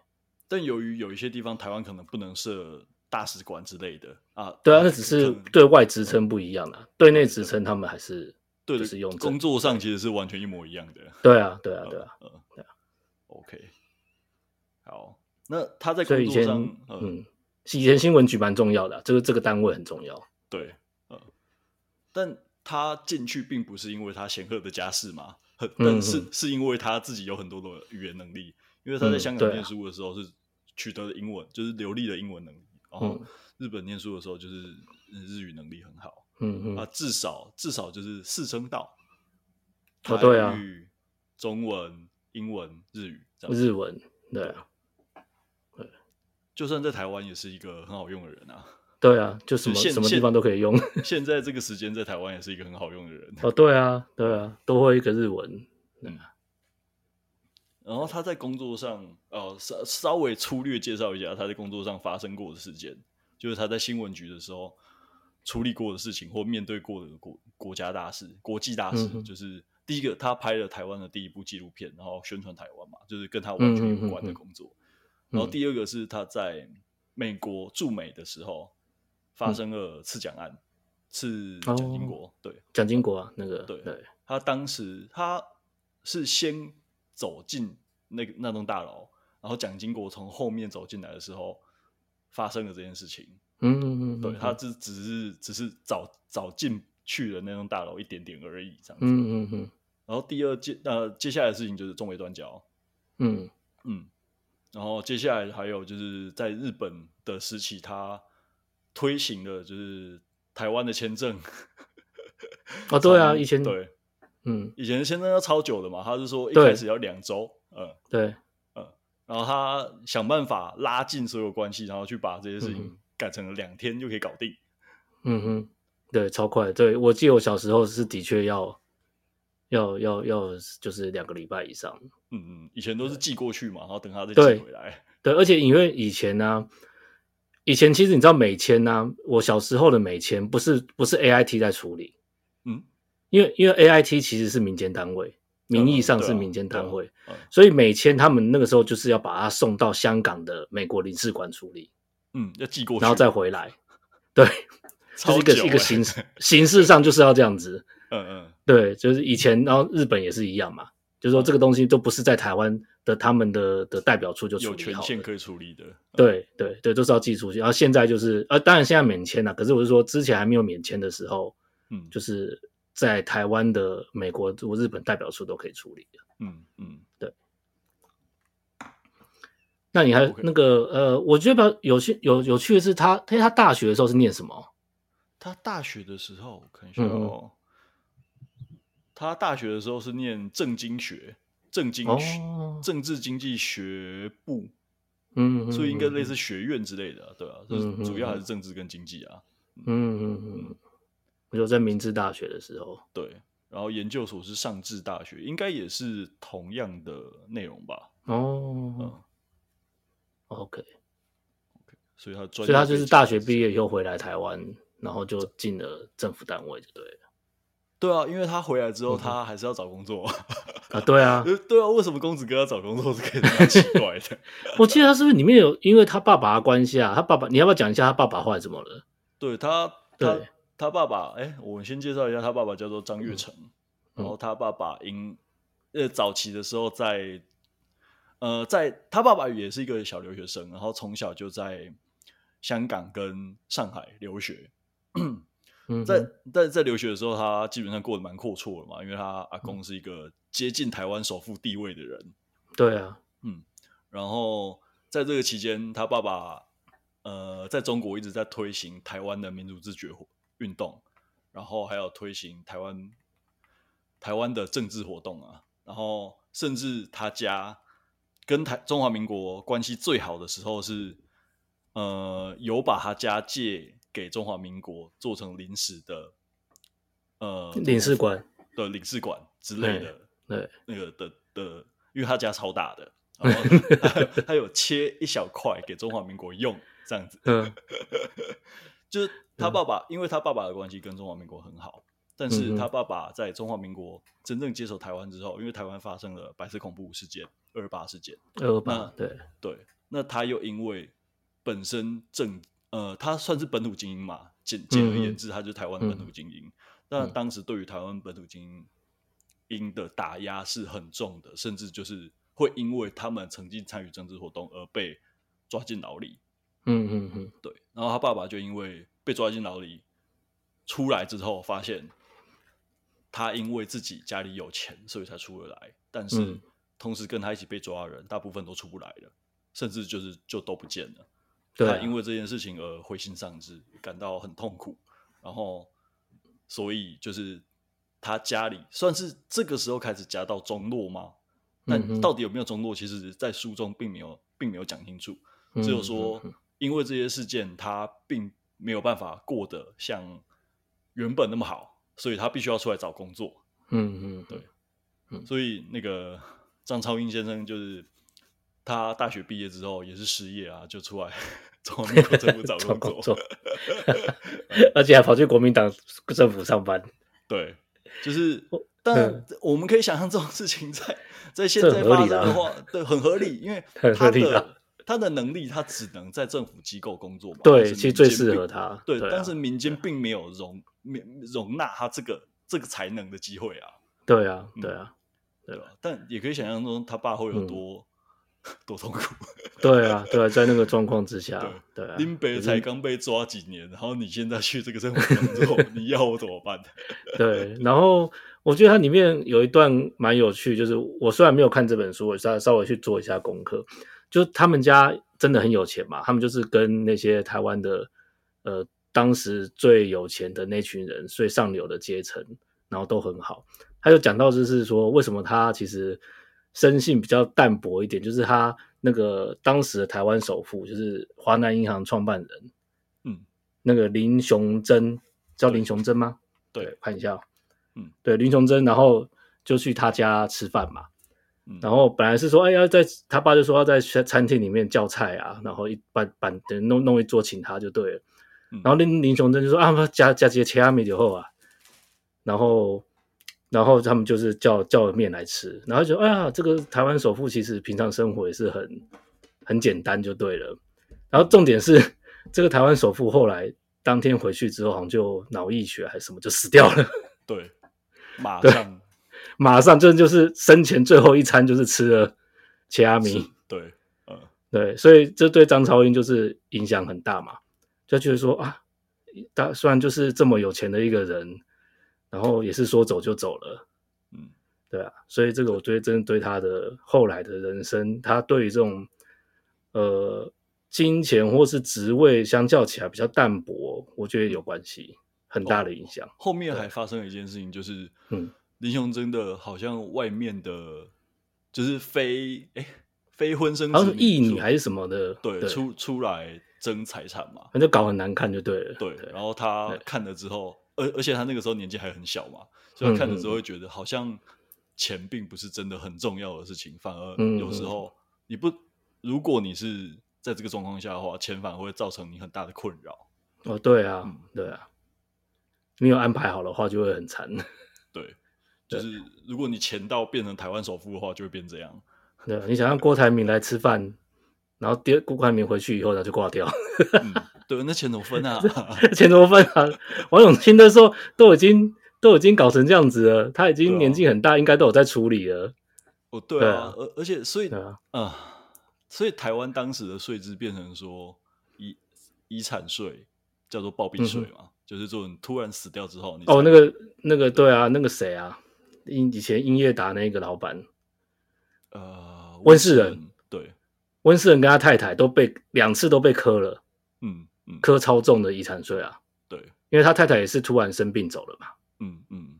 [SPEAKER 1] 但由于有一些地方台湾可能不能设大使馆之类的啊，
[SPEAKER 2] 对啊，
[SPEAKER 1] 可
[SPEAKER 2] 那只是
[SPEAKER 1] 可能
[SPEAKER 2] 对外职称不一样啦，对内职称他们还是
[SPEAKER 1] 对
[SPEAKER 2] 就是用
[SPEAKER 1] 的，
[SPEAKER 2] 这
[SPEAKER 1] 工作上其实是完全一模一样的。
[SPEAKER 2] 对啊，对啊，对啊。
[SPEAKER 1] 嗯
[SPEAKER 2] 对啊
[SPEAKER 1] ，OK，好，那他在
[SPEAKER 2] 所
[SPEAKER 1] 工
[SPEAKER 2] 以以
[SPEAKER 1] 作
[SPEAKER 2] 前
[SPEAKER 1] 上，呃
[SPEAKER 2] 嗯，以前新闻局蛮重要的啊，这个这个单位很重要。
[SPEAKER 1] 对，呃，但他进去并不是因为他显赫的家世嘛，很
[SPEAKER 2] 嗯
[SPEAKER 1] 但
[SPEAKER 2] 嗯
[SPEAKER 1] 是、是因为他自己有很多的语言能力，因为他在
[SPEAKER 2] 嗯
[SPEAKER 1] 香港
[SPEAKER 2] 对
[SPEAKER 1] 念
[SPEAKER 2] 啊
[SPEAKER 1] 书的时候是取得了英文，就是流利的英文能力，然后
[SPEAKER 2] 嗯
[SPEAKER 1] 日本念书的时候就是呃日语能力很好，
[SPEAKER 2] 嗯嗯
[SPEAKER 1] 啊，至少至少就是四声道，
[SPEAKER 2] 哦对啊
[SPEAKER 1] 台语、中文、英文、日语这样子，
[SPEAKER 2] 日文，对啊，
[SPEAKER 1] 就算在台湾也是一个很好用的人啊。
[SPEAKER 2] 对啊，就什
[SPEAKER 1] 就
[SPEAKER 2] 么
[SPEAKER 1] 现
[SPEAKER 2] 什么地方都可以用。
[SPEAKER 1] 现 现在这个时间在台湾也是一个很好用的人。
[SPEAKER 2] 哦，对啊，对啊，都会一个日文。
[SPEAKER 1] 然后他在工作上，呃，稍稍微粗略介绍一下他在工作上发生过的事件，就是他在新闻局的时候处理过的事情或面对过的国国家大事、国际大事。
[SPEAKER 2] 嗯哼
[SPEAKER 1] 就是第一个，他拍了台湾的第一部纪录片，然后宣传台湾嘛，就是跟他
[SPEAKER 2] 嗯
[SPEAKER 1] 完全有关的工作。然后第二个是他在美国驻美的时候发
[SPEAKER 2] 嗯
[SPEAKER 1] 生了刺蒋案，刺蒋经国，对。
[SPEAKER 2] 蒋经国啊，那个
[SPEAKER 1] 对
[SPEAKER 2] 对，
[SPEAKER 1] 他当时他是先走进那个那栋大楼，然后蒋经国从后面走进来的时候，发生了这件事情。
[SPEAKER 2] 嗯嗯嗯，
[SPEAKER 1] 对，
[SPEAKER 2] 嗯
[SPEAKER 1] 它只只是只是早早进去了那栋大楼一点点而已，这样子。
[SPEAKER 2] 嗯嗯嗯
[SPEAKER 1] 然后第二接呃接下来的事情就是中美断交，
[SPEAKER 2] 嗯
[SPEAKER 1] 嗯，然后接下来还有就是在日本的时期，它推行了就是台湾的签证。
[SPEAKER 2] 哦啊对 啊，
[SPEAKER 1] 从
[SPEAKER 2] 以前
[SPEAKER 1] 对
[SPEAKER 2] 嗯
[SPEAKER 1] 以前的签证要超久的嘛，他是说一
[SPEAKER 2] 对
[SPEAKER 1] 开始要两周，嗯，
[SPEAKER 2] 对
[SPEAKER 1] 然后他想办法拉近所有关系，然后去把这些事
[SPEAKER 2] 嗯
[SPEAKER 1] 情改成了两天就可以搞定。
[SPEAKER 2] 嗯哼对超快，对我记得我小时候是的确要要要要就是两个礼拜以上，
[SPEAKER 1] 嗯嗯，以前都是寄过去嘛，然后等他再
[SPEAKER 2] 对
[SPEAKER 1] 寄回来。
[SPEAKER 2] 对，而且因为以前呢、以前其实你知道美签呢、我小时候的美签不是不是 A I T 在处理，
[SPEAKER 1] 嗯，
[SPEAKER 2] 因为因为 A I T 其实是民间单位，名义上
[SPEAKER 1] 对啊
[SPEAKER 2] 是民间单位，
[SPEAKER 1] 嗯
[SPEAKER 2] 所以美签他们那个时候就是要把它送到香港的美国领事馆处理，
[SPEAKER 1] 嗯，要寄过去，
[SPEAKER 2] 然后再回来。 对，就是
[SPEAKER 1] 超
[SPEAKER 2] 一个
[SPEAKER 1] 久
[SPEAKER 2] 一
[SPEAKER 1] 欸
[SPEAKER 2] 个形式 形式上就是要这样子。
[SPEAKER 1] 嗯嗯，
[SPEAKER 2] 对，就是以前，然后日本也是一样嘛，就是说这
[SPEAKER 1] 嗯
[SPEAKER 2] 个东西都不是在台湾的他们的的代表处就处
[SPEAKER 1] 有
[SPEAKER 2] 理
[SPEAKER 1] 权
[SPEAKER 2] 好
[SPEAKER 1] 限
[SPEAKER 2] 了
[SPEAKER 1] 可以处理的。
[SPEAKER 2] 对对对，都是要寄出去。然后现在就是，呃，当然现在免签了，可是我是说之前还没有免签的时候，
[SPEAKER 1] 嗯，
[SPEAKER 2] 就是在台湾的美国或日本代表处都可以处理。
[SPEAKER 1] 嗯嗯，
[SPEAKER 2] 那你还
[SPEAKER 1] OK
[SPEAKER 2] 那个呃，我觉得比较有趣有有趣的是他，他他大学的时候是念什么？
[SPEAKER 1] 他大学的时候，我看一下
[SPEAKER 2] 嗯嗯
[SPEAKER 1] 哦，他大学的时候是念政经学，政经学、
[SPEAKER 2] 哦，
[SPEAKER 1] 政治经济学部，
[SPEAKER 2] 嗯，嗯
[SPEAKER 1] 所以应该类，似
[SPEAKER 2] 嗯
[SPEAKER 1] 学院之类的啊、对啊，就
[SPEAKER 2] 嗯嗯
[SPEAKER 1] 是主要还
[SPEAKER 2] 嗯
[SPEAKER 1] 是政治跟经济啊，
[SPEAKER 2] 嗯嗯嗯嗯，我就在明治大学的时候，
[SPEAKER 1] 对。然后研究所是上智大学，应该也是同样的内容吧，嗯
[SPEAKER 2] 哦，OK，哦
[SPEAKER 1] 所以他专
[SPEAKER 2] 所以他
[SPEAKER 1] 业
[SPEAKER 2] 就
[SPEAKER 1] 背
[SPEAKER 2] 是
[SPEAKER 1] 景
[SPEAKER 2] 大学毕业以后回来台湾，然后就进了政府单位，就对了
[SPEAKER 1] 对啊，因为他回来之后，
[SPEAKER 2] 嗯哼
[SPEAKER 1] 他还是要找工 作。
[SPEAKER 2] 啊，对啊，
[SPEAKER 1] 呃对啊，为什么公子哥要找工作是可以蛮奇怪的？
[SPEAKER 2] 我记得他是不是里面有，因为他爸爸的关系啊，他爸爸，你要不要讲一下他爸爸后来怎么了？
[SPEAKER 1] 对他，他
[SPEAKER 2] 对
[SPEAKER 1] 他爸爸，哎、我们先介绍一下，他爸爸叫做张月成，
[SPEAKER 2] 嗯
[SPEAKER 1] 然后他爸爸因呃早期的时候在呃在他爸爸也是一个小留学生，然后从小就在香港跟上海留学，
[SPEAKER 2] 嗯哼，
[SPEAKER 1] 在在在留学的时候，他基本上过得蛮阔绰的嘛，因为他阿公是一个接近台湾首富地位的人，
[SPEAKER 2] 对啊，
[SPEAKER 1] 然后在这个期间，他爸爸呃在中国一直在推行台湾的民族自决活运动，然后还有推行台湾台湾的政治活动啊，然后甚至他家跟台中华民国关系最好的时候是呃有把他家借给中华民国做成临时的呃
[SPEAKER 2] 领事馆，
[SPEAKER 1] 的领事馆之类的，
[SPEAKER 2] 对
[SPEAKER 1] 那个的的，因为他家超大 的，然后他他有切一小块给中华民国用，这样子，
[SPEAKER 2] 嗯
[SPEAKER 1] 就是他爸爸，因为他爸爸的关系跟中华民国很好，但
[SPEAKER 2] 嗯
[SPEAKER 1] 是
[SPEAKER 2] 哼
[SPEAKER 1] 他爸爸在中华民国真正接手台湾之后，因为台湾发生了白色恐怖事件二二八事件，
[SPEAKER 2] 二八，对，
[SPEAKER 1] 对，那他又因为本身政呃，他算是本土精英嘛，简简而
[SPEAKER 2] 嗯哼
[SPEAKER 1] 言之，他就是台湾的本土精英。那、
[SPEAKER 2] 嗯
[SPEAKER 1] 当时对于台湾本土精英的打压是很重的，甚至就是会因为他们曾经参与政治活动而被抓进牢里。
[SPEAKER 2] 嗯嗯嗯，
[SPEAKER 1] 对，然后他爸爸就因为被抓进牢里，出来之后发现他因为自己家里有钱，所以才出得来。但是
[SPEAKER 2] 嗯
[SPEAKER 1] 同时跟他一起被抓的人，大部分都出不来了，甚至就是就都不见了。
[SPEAKER 2] 对
[SPEAKER 1] 他
[SPEAKER 2] 啊，
[SPEAKER 1] 因为这件事情而灰心丧志，感到很痛苦。然后，所以就是他家里算是这个时候开始夹到中落吗？
[SPEAKER 2] 嗯
[SPEAKER 1] 但
[SPEAKER 2] 哼
[SPEAKER 1] 到底有没有中落，其实在书中并没有并没有讲清楚。只有说
[SPEAKER 2] 嗯嗯嗯，
[SPEAKER 1] 因为这些事件，他并没有办法过得像原本那么好，所以他必须要出来找工作。
[SPEAKER 2] 嗯嗯，
[SPEAKER 1] 对
[SPEAKER 2] 对，
[SPEAKER 1] 所以那个 张超英先生就是他大学毕业之后也是失业啊，就出来 从美国 政府找
[SPEAKER 2] 找
[SPEAKER 1] 工
[SPEAKER 2] 工
[SPEAKER 1] 作
[SPEAKER 2] 作。而且还跑去国民党政府上班，
[SPEAKER 1] 对，就是，
[SPEAKER 2] 哦
[SPEAKER 1] 但我们可以想象这种事情在在现
[SPEAKER 2] 嗯这
[SPEAKER 1] 在
[SPEAKER 2] 很合
[SPEAKER 1] 发生
[SPEAKER 2] 理啦
[SPEAKER 1] 的话，对，很合理，因为
[SPEAKER 2] 很
[SPEAKER 1] 他
[SPEAKER 2] 合理啦
[SPEAKER 1] 的他的能力，他只能在政府机构工作嘛。但
[SPEAKER 2] 对，
[SPEAKER 1] 是
[SPEAKER 2] 其实
[SPEAKER 1] 民
[SPEAKER 2] 最
[SPEAKER 1] 间
[SPEAKER 2] 适
[SPEAKER 1] 并
[SPEAKER 2] 合他，
[SPEAKER 1] 对，
[SPEAKER 2] 啊
[SPEAKER 1] 但是民间并没有容免容纳他这个这个才能的机会啊，
[SPEAKER 2] 对啊，
[SPEAKER 1] 嗯
[SPEAKER 2] 对啊，
[SPEAKER 1] 对吧？但也可以想象中他爸会有
[SPEAKER 2] 嗯
[SPEAKER 1] 多、多痛苦，
[SPEAKER 2] 对啊，对啊，在那个状况之下，对啊，
[SPEAKER 1] 嗯林北才刚被抓几年，然后你现在去这个生活工 作，你要我怎么办？
[SPEAKER 2] 对，然后我觉得它里面有一段蛮有趣，就是我虽然没有看这本书，我稍稍微去做一下功课，就他们家真的很有钱嘛，他们就是跟那些台湾的呃当时最有钱的那群人，最上流的阶层，然后都很好。他就讲到就是说，为什么他其实生性比较淡薄一点，就是他那个当时的台湾首富，就是华南银行创办人，
[SPEAKER 1] 嗯，
[SPEAKER 2] 那个林雄珍，叫林雄珍吗？
[SPEAKER 1] 对，
[SPEAKER 2] 看一下哦，
[SPEAKER 1] 嗯，
[SPEAKER 2] 对，林琼珍，然后就去他家吃饭嘛，
[SPEAKER 1] 嗯
[SPEAKER 2] 然后本来是说，哎，要在他爸就说要在餐餐厅里面叫菜啊，然后一板板凳弄弄一桌请他就对了，
[SPEAKER 1] 嗯
[SPEAKER 2] 然后林林琼珍就说啊，不加加些切阿米酒后啊，然后然后他们就是叫叫面来吃，然后就哎呀，这个台湾首富其实平常生活也是很很简单就对了，然后重点是 这个台湾首富后来。当天回去之后，好像就脑溢血还是什么，就死掉了。
[SPEAKER 1] 对，马上
[SPEAKER 2] 马上这就是生前最后一餐，就是吃了切阿米
[SPEAKER 1] 是。，对，嗯，
[SPEAKER 2] 对，所以这对张超英就是影响很大嘛，就觉得说啊，他虽然就是这么有钱的一个人，然后也是说走就走了，
[SPEAKER 1] 嗯，
[SPEAKER 2] 对啊，所以这个我觉得真的对他的后来的人生，他对于这种呃金钱或是职位相较起来比较淡薄，我觉得有关系，很大的影响。
[SPEAKER 1] 后面还发生了一件事情，就是
[SPEAKER 2] 嗯
[SPEAKER 1] 林雄真的好像外面的，就是非哎非婚生
[SPEAKER 2] 好像
[SPEAKER 1] 子
[SPEAKER 2] 是义
[SPEAKER 1] 出
[SPEAKER 2] 女还是什么的，
[SPEAKER 1] 对出出来争财产嘛，
[SPEAKER 2] 反正搞很难看就对了。
[SPEAKER 1] 对，然后他
[SPEAKER 2] 对
[SPEAKER 1] 看了之后，而而且他那个时候年纪还很小嘛，所以
[SPEAKER 2] 嗯
[SPEAKER 1] 他看了之后会觉得好像钱并不是真的很重要的事情，反而
[SPEAKER 2] 嗯
[SPEAKER 1] 有时候你不，如果你是在这个状况下的话，钱反而会造成你很大的困扰。
[SPEAKER 2] 哦，对啊
[SPEAKER 1] 嗯，
[SPEAKER 2] 对啊，没有安排好的话就会很惨。
[SPEAKER 1] 对，就是如果你钱到变成台湾首富的话，就会变这样。
[SPEAKER 2] 对啊，你想让郭台铭来吃饭，然后第二郭台铭回去以后，然后就挂掉，
[SPEAKER 1] 嗯，对，那钱怎么分啊？
[SPEAKER 2] 钱怎么分啊？ 王永庆那时候都已经都已经搞成这样子了，他已
[SPEAKER 1] 对
[SPEAKER 2] 经
[SPEAKER 1] 啊
[SPEAKER 2] 年纪很大，应该都有在处理了。
[SPEAKER 1] 哦，对
[SPEAKER 2] 对
[SPEAKER 1] 啊
[SPEAKER 2] 啊，
[SPEAKER 1] 而而且所以
[SPEAKER 2] 对啊，
[SPEAKER 1] 啊，所以台湾当时的税制变成说遗遗产税叫做暴毙税嘛，就是这种突然死掉之后，你
[SPEAKER 2] 嗯哦，
[SPEAKER 1] 才
[SPEAKER 2] 那个那个，对啊，那个谁啊，以以前英业达那个老板
[SPEAKER 1] 呃
[SPEAKER 2] 温世仁
[SPEAKER 1] 对，
[SPEAKER 2] 温世仁跟他太太都被两次都被磕了，
[SPEAKER 1] 嗯嗯
[SPEAKER 2] 磕超重的遗产税啊，
[SPEAKER 1] 对，
[SPEAKER 2] 因为他太太也是突然生病走了嘛，
[SPEAKER 1] 嗯嗯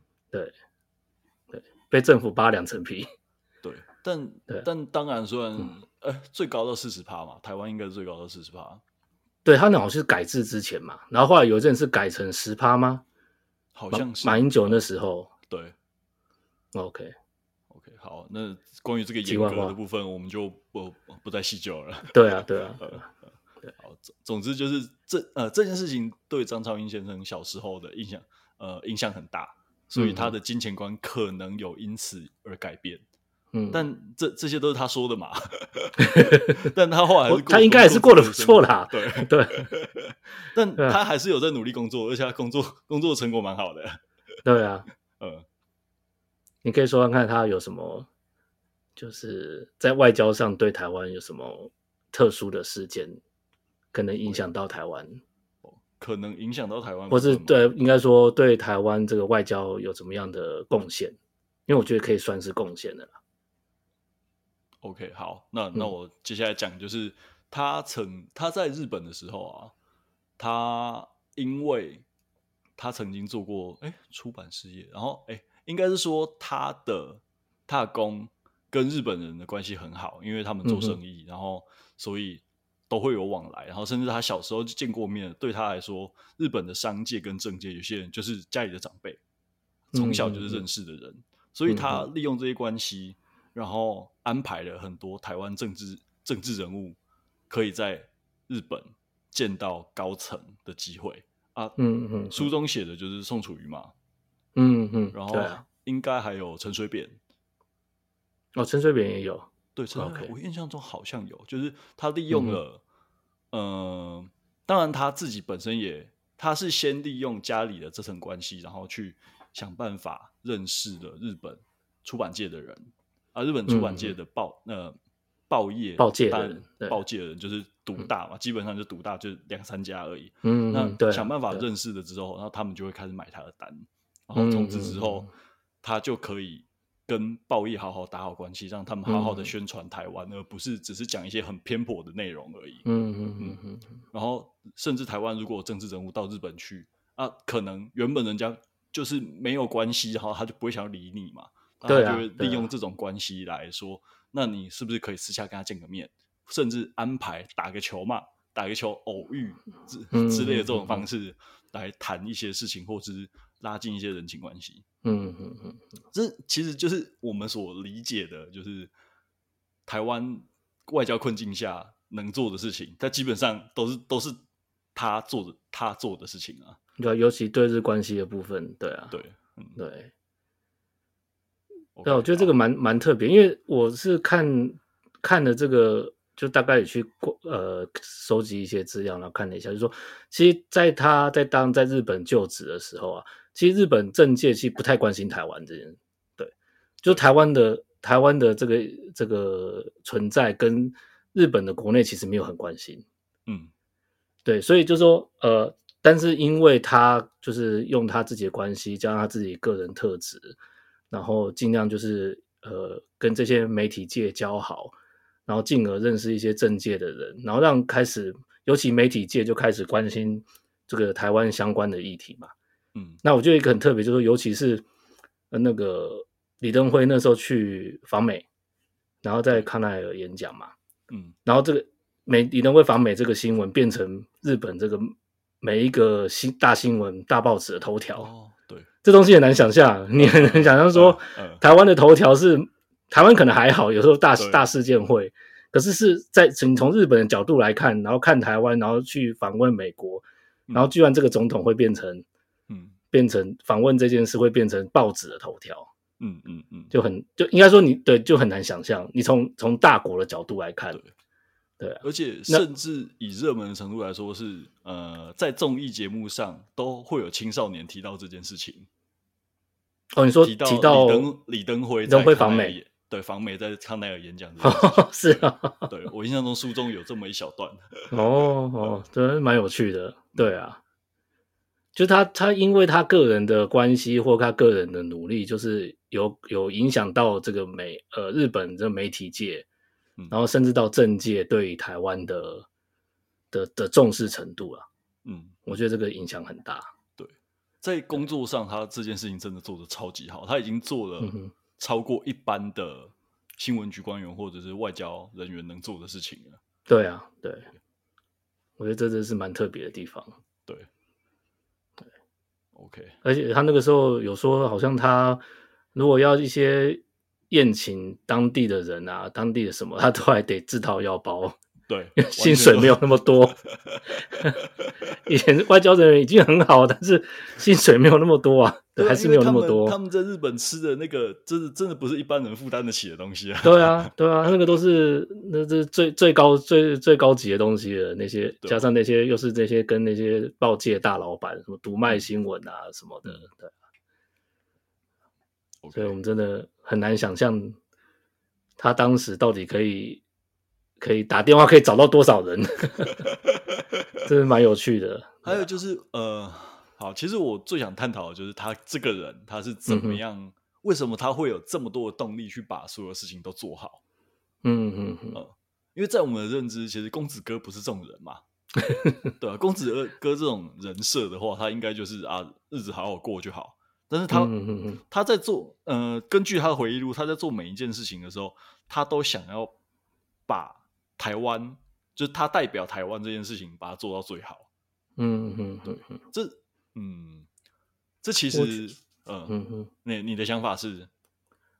[SPEAKER 2] 被政府扒两层皮。
[SPEAKER 1] 对，但
[SPEAKER 2] 对
[SPEAKER 1] 但当然虽然、
[SPEAKER 2] 嗯
[SPEAKER 1] 呃最高到四十趴嘛，台湾应该是最高到四十趴，
[SPEAKER 2] 对他那好像是改制之前嘛，然后后来有一阵是改成十趴吗？
[SPEAKER 1] 好
[SPEAKER 2] 马
[SPEAKER 1] 像是
[SPEAKER 2] 马英九那时候
[SPEAKER 1] 对。
[SPEAKER 2] ，OK，
[SPEAKER 1] OK，好，那关于这个
[SPEAKER 2] 题
[SPEAKER 1] 严
[SPEAKER 2] 外
[SPEAKER 1] 格
[SPEAKER 2] 话
[SPEAKER 1] 的部分，我们就不不再细究了。
[SPEAKER 2] 对啊，对啊，
[SPEAKER 1] 好，总总之就是这呃这件事情对张超英先生小时候的印象呃印象很大，所以他的金钱观可能有因此而改变。
[SPEAKER 2] 嗯，
[SPEAKER 1] 但这这些都是他说的嘛， 但他后来还
[SPEAKER 2] 我
[SPEAKER 1] 是过
[SPEAKER 2] 他应该还是过得不错啦啊
[SPEAKER 1] 过得 不错
[SPEAKER 2] 对
[SPEAKER 1] 对，但他还是有在努力工作，而且他工作工作成果蛮好的。
[SPEAKER 2] 对啊，
[SPEAKER 1] 呃，
[SPEAKER 2] 你可以说看看他有什么，就是在外交上对台湾有什么特殊的事件，可能影响到台湾，
[SPEAKER 1] 可能影响到台湾，
[SPEAKER 2] 或是
[SPEAKER 1] 可能嘛
[SPEAKER 2] 对，应该说对台湾这个外交有怎么样的贡献？因为我觉得可以算是贡献的啦。
[SPEAKER 1] OK，好，那那
[SPEAKER 2] 嗯
[SPEAKER 1] 我接下来讲就是他曾他在日本的时候啊，他因为他曾经做过哎、诶出版事业，然后哎、诶应该是说他的他的公跟日本人的关系很好，因为他们做生意，然后所以都会有往来，然后甚至他小时候就见过面，对他来说，日本的商界跟政界有些人就是家里的长辈，从小就是认识的人，所以
[SPEAKER 2] 嗯
[SPEAKER 1] 他利用这些关系，然后安排了很多台湾政治政治人物可以在日本见到高层的机会啊。
[SPEAKER 2] 嗯嗯
[SPEAKER 1] 书中写的就是宋楚瑜嘛，
[SPEAKER 2] 嗯嗯，
[SPEAKER 1] 然后
[SPEAKER 2] 对啊，
[SPEAKER 1] 应该还有陈水扁，
[SPEAKER 2] 哦，陈水扁也有，
[SPEAKER 1] 对，陈水
[SPEAKER 2] OK 嗯
[SPEAKER 1] 扁我印象中好像有，就是他利用了，呃，当然他自己本身也，他是先利用家里的这层关系，然后去想办法认识了日本出版界的人啊，日本出版界的报、呃报业
[SPEAKER 2] 嗯报界的
[SPEAKER 1] 当然
[SPEAKER 2] 人对
[SPEAKER 1] 报界的人就是独大嘛，基本上就独大，就两三家而已。
[SPEAKER 2] 嗯，
[SPEAKER 1] 那
[SPEAKER 2] 嗯对啊，
[SPEAKER 1] 想办法
[SPEAKER 2] 对啊
[SPEAKER 1] 认识了之后，然后他们就会开始买他的单，然后从此之后
[SPEAKER 2] 嗯嗯，
[SPEAKER 1] 他就可以跟报业好好打好关系，让他们好好的
[SPEAKER 2] 嗯
[SPEAKER 1] 宣传台湾，而不是只是讲一些很偏颇的内容而已。
[SPEAKER 2] 嗯嗯嗯嗯嗯，
[SPEAKER 1] 然后甚至台湾如果有政治人物到日本去啊，可能原本人家就是没有关系，然后他就不会想要理你嘛，那
[SPEAKER 2] 对
[SPEAKER 1] 他
[SPEAKER 2] 啊
[SPEAKER 1] 就会
[SPEAKER 2] 对
[SPEAKER 1] 利用
[SPEAKER 2] 啊
[SPEAKER 1] 这种关系来说，那你是不是可以私下跟他见个面，甚至安排打个球嘛，打个球偶遇之
[SPEAKER 2] 嗯
[SPEAKER 1] 之类的这
[SPEAKER 2] 嗯
[SPEAKER 1] 种
[SPEAKER 2] 嗯
[SPEAKER 1] 方式来谈一些事情，或者是拉近一些人情关系。
[SPEAKER 2] 嗯嗯嗯，
[SPEAKER 1] 这其实就是我们所理解的，就是台湾外交困境下能做的事情，但基本上都是都是他做的他做的事情啊。
[SPEAKER 2] 对啊，尤其对日关系的部分，对啊，
[SPEAKER 1] 对，嗯，
[SPEAKER 2] 对，
[SPEAKER 1] OK，
[SPEAKER 2] 对啊，我觉得这个蛮蛮特别，因为我是看看了这个，就大概也去过呃收集一些资料，然后看了一下，就说其实在他在当在日本就职的时候啊，其实日本政界其实不太关心台湾这件事，对，就台湾的台湾的这个这个存在跟日本的国内其实没有很关心，
[SPEAKER 1] 嗯
[SPEAKER 2] 对，所以就说呃，但是因为他就是用他自己的关系，加上他自己个人特质，然后尽量就是呃跟这些媒体界交好，然后进而认识一些政界的人，然后让开始尤其媒体界就开始关心这个台湾相关的议题嘛。
[SPEAKER 1] 嗯
[SPEAKER 2] 那我觉得一个很特别，就是说尤其是呃那个李登辉那时候去访美，然后在康奈尔演讲嘛，
[SPEAKER 1] 嗯
[SPEAKER 2] 然后这个美李登辉访美这个新闻变成日本这个每一个新大新闻大报纸的头条，
[SPEAKER 1] 哦，对，
[SPEAKER 2] 这东西很难想象，你很难想象说、
[SPEAKER 1] 嗯嗯
[SPEAKER 2] 台湾的头条是台湾可能还好，有时候大
[SPEAKER 1] 对
[SPEAKER 2] 大事件会，可是是在从从日本的角度来看，然后看台湾，然后去访问美国，然后居然这个总统会变成
[SPEAKER 1] 嗯
[SPEAKER 2] 变成访问这件事会变成报纸的头条，
[SPEAKER 1] 嗯嗯嗯，
[SPEAKER 2] 就很就应该说你对就很难想象，你从从大国的角度来看
[SPEAKER 1] 对，
[SPEAKER 2] 对啊，
[SPEAKER 1] 而且
[SPEAKER 2] 那
[SPEAKER 1] 甚至以热门的程度来说是，呃，在综艺节目上都会有青少年提到这件事情，
[SPEAKER 2] 哦，你说
[SPEAKER 1] 提到
[SPEAKER 2] 提到
[SPEAKER 1] 李登李登辉
[SPEAKER 2] 李登
[SPEAKER 1] 在
[SPEAKER 2] 辉
[SPEAKER 1] 康
[SPEAKER 2] 访
[SPEAKER 1] 奈尔
[SPEAKER 2] 美
[SPEAKER 1] 演，对访美在康奈尔演讲这件 事情，
[SPEAKER 2] 哦，是 啊，
[SPEAKER 1] 对我印象中书中有这么一小段，
[SPEAKER 2] 哦哦，对，蛮有趣的，对啊，就他他因为他个人的关系或他个人的努力，就是有有影响到这个美呃日本这媒体界
[SPEAKER 1] 嗯，
[SPEAKER 2] 然后甚至到政界对于台湾的的的重视程度啊，
[SPEAKER 1] 嗯，
[SPEAKER 2] 我觉得这个影响很大，
[SPEAKER 1] 在工作上他这件事情真的做的超级好，他已经做了
[SPEAKER 2] 嗯哼
[SPEAKER 1] 超过一般的新闻局官员或者是外交人员能做的事情了。
[SPEAKER 2] 对啊，对，我觉得这真是蛮特别的地方。
[SPEAKER 1] 对，OK，
[SPEAKER 2] 而且他那个时候有说，好像他如果要一些宴请当地的人啊，当地的什么，他都还得自掏腰包，
[SPEAKER 1] 对，
[SPEAKER 2] 因为薪 水没有那
[SPEAKER 1] 么
[SPEAKER 2] 么多。 以前外交人员已经很好，但是薪水没有那么多啊，对，还是没有那么
[SPEAKER 1] 他
[SPEAKER 2] 多。
[SPEAKER 1] 们在日本吃的那个，真的真的不是一般人负担得起的东西啊。
[SPEAKER 2] 对啊，对啊，那个都是那这是最最高最最高级的东西了。那些
[SPEAKER 1] 对啊
[SPEAKER 2] 加上那些又是那些跟那些报界大老板什么读卖新闻啊什么的，
[SPEAKER 1] 嗯
[SPEAKER 2] 对。所以我
[SPEAKER 1] OK，
[SPEAKER 2] 们真的很难想象他当时到底可以可以打电话可以找到多 少人，真的蛮有趣的。
[SPEAKER 1] 还有就是呃，好，其实我最想探讨的就是他这个人他是怎
[SPEAKER 2] 嗯
[SPEAKER 1] 么
[SPEAKER 2] 哼
[SPEAKER 1] 样，为什么他会有这么多的动力去把所有事情都做好？
[SPEAKER 2] 嗯嗯嗯，
[SPEAKER 1] 哦因为在我们的认知，其实公子哥不是这种人 嘛，对啊，公子哥这种人设的话，他应该就是啊，日子好好过就好。但是他、
[SPEAKER 2] 嗯嗯嗯
[SPEAKER 1] 他在做呃，根据他的回忆录，他在做每一件事情的时候，他都想要把台湾，就是他代表台湾这件事情，把它做到最好。
[SPEAKER 2] 嗯嗯嗯嗯
[SPEAKER 1] 这嗯，这其
[SPEAKER 2] 我觉
[SPEAKER 1] 实嗯，
[SPEAKER 2] 嗯嗯，
[SPEAKER 1] 你你的想法是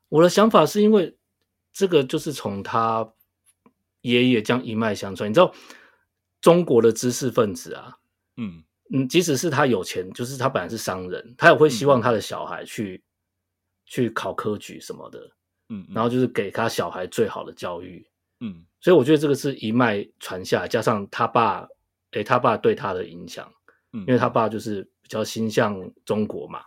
[SPEAKER 2] 我的想法是因为这个就是从他爷爷这样一脉相传，你知道中国的知识分子啊，
[SPEAKER 1] 嗯
[SPEAKER 2] 嗯，即使是他有钱，就是他本来是商人，他也会希望
[SPEAKER 1] 嗯
[SPEAKER 2] 他的小孩去、去考科举什么的，
[SPEAKER 1] 嗯，嗯
[SPEAKER 2] 然后就是给他小孩最好的教育。
[SPEAKER 1] 嗯
[SPEAKER 2] 所以我觉得这个是一脉传下来，加上他爸，诶，他爸对他的影响，
[SPEAKER 1] 嗯，
[SPEAKER 2] 因为他爸就是比较倾向中国嘛，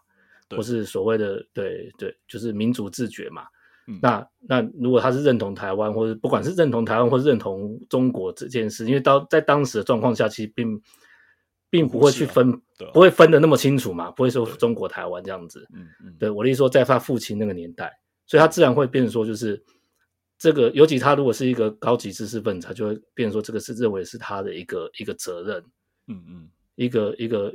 [SPEAKER 1] 对
[SPEAKER 2] 或是所谓的对对，就是民族自觉嘛，
[SPEAKER 1] 嗯
[SPEAKER 2] 那那如果他是认同台湾，或者不管是认同台湾，或是认同中国这件事，因为当在当时的状况下，其实并并不会去分，
[SPEAKER 1] 对啊
[SPEAKER 2] 不会分的那么清楚嘛，不会说中国台湾这样子。
[SPEAKER 1] 嗯嗯，
[SPEAKER 2] 对我的意思说，在他父亲那个年代，所以他自然会变成说，就是这个，尤其他如果是一个高级知识分子，他就会变成说，这个是认为是他的一个一个责任，
[SPEAKER 1] 嗯嗯
[SPEAKER 2] 一个一个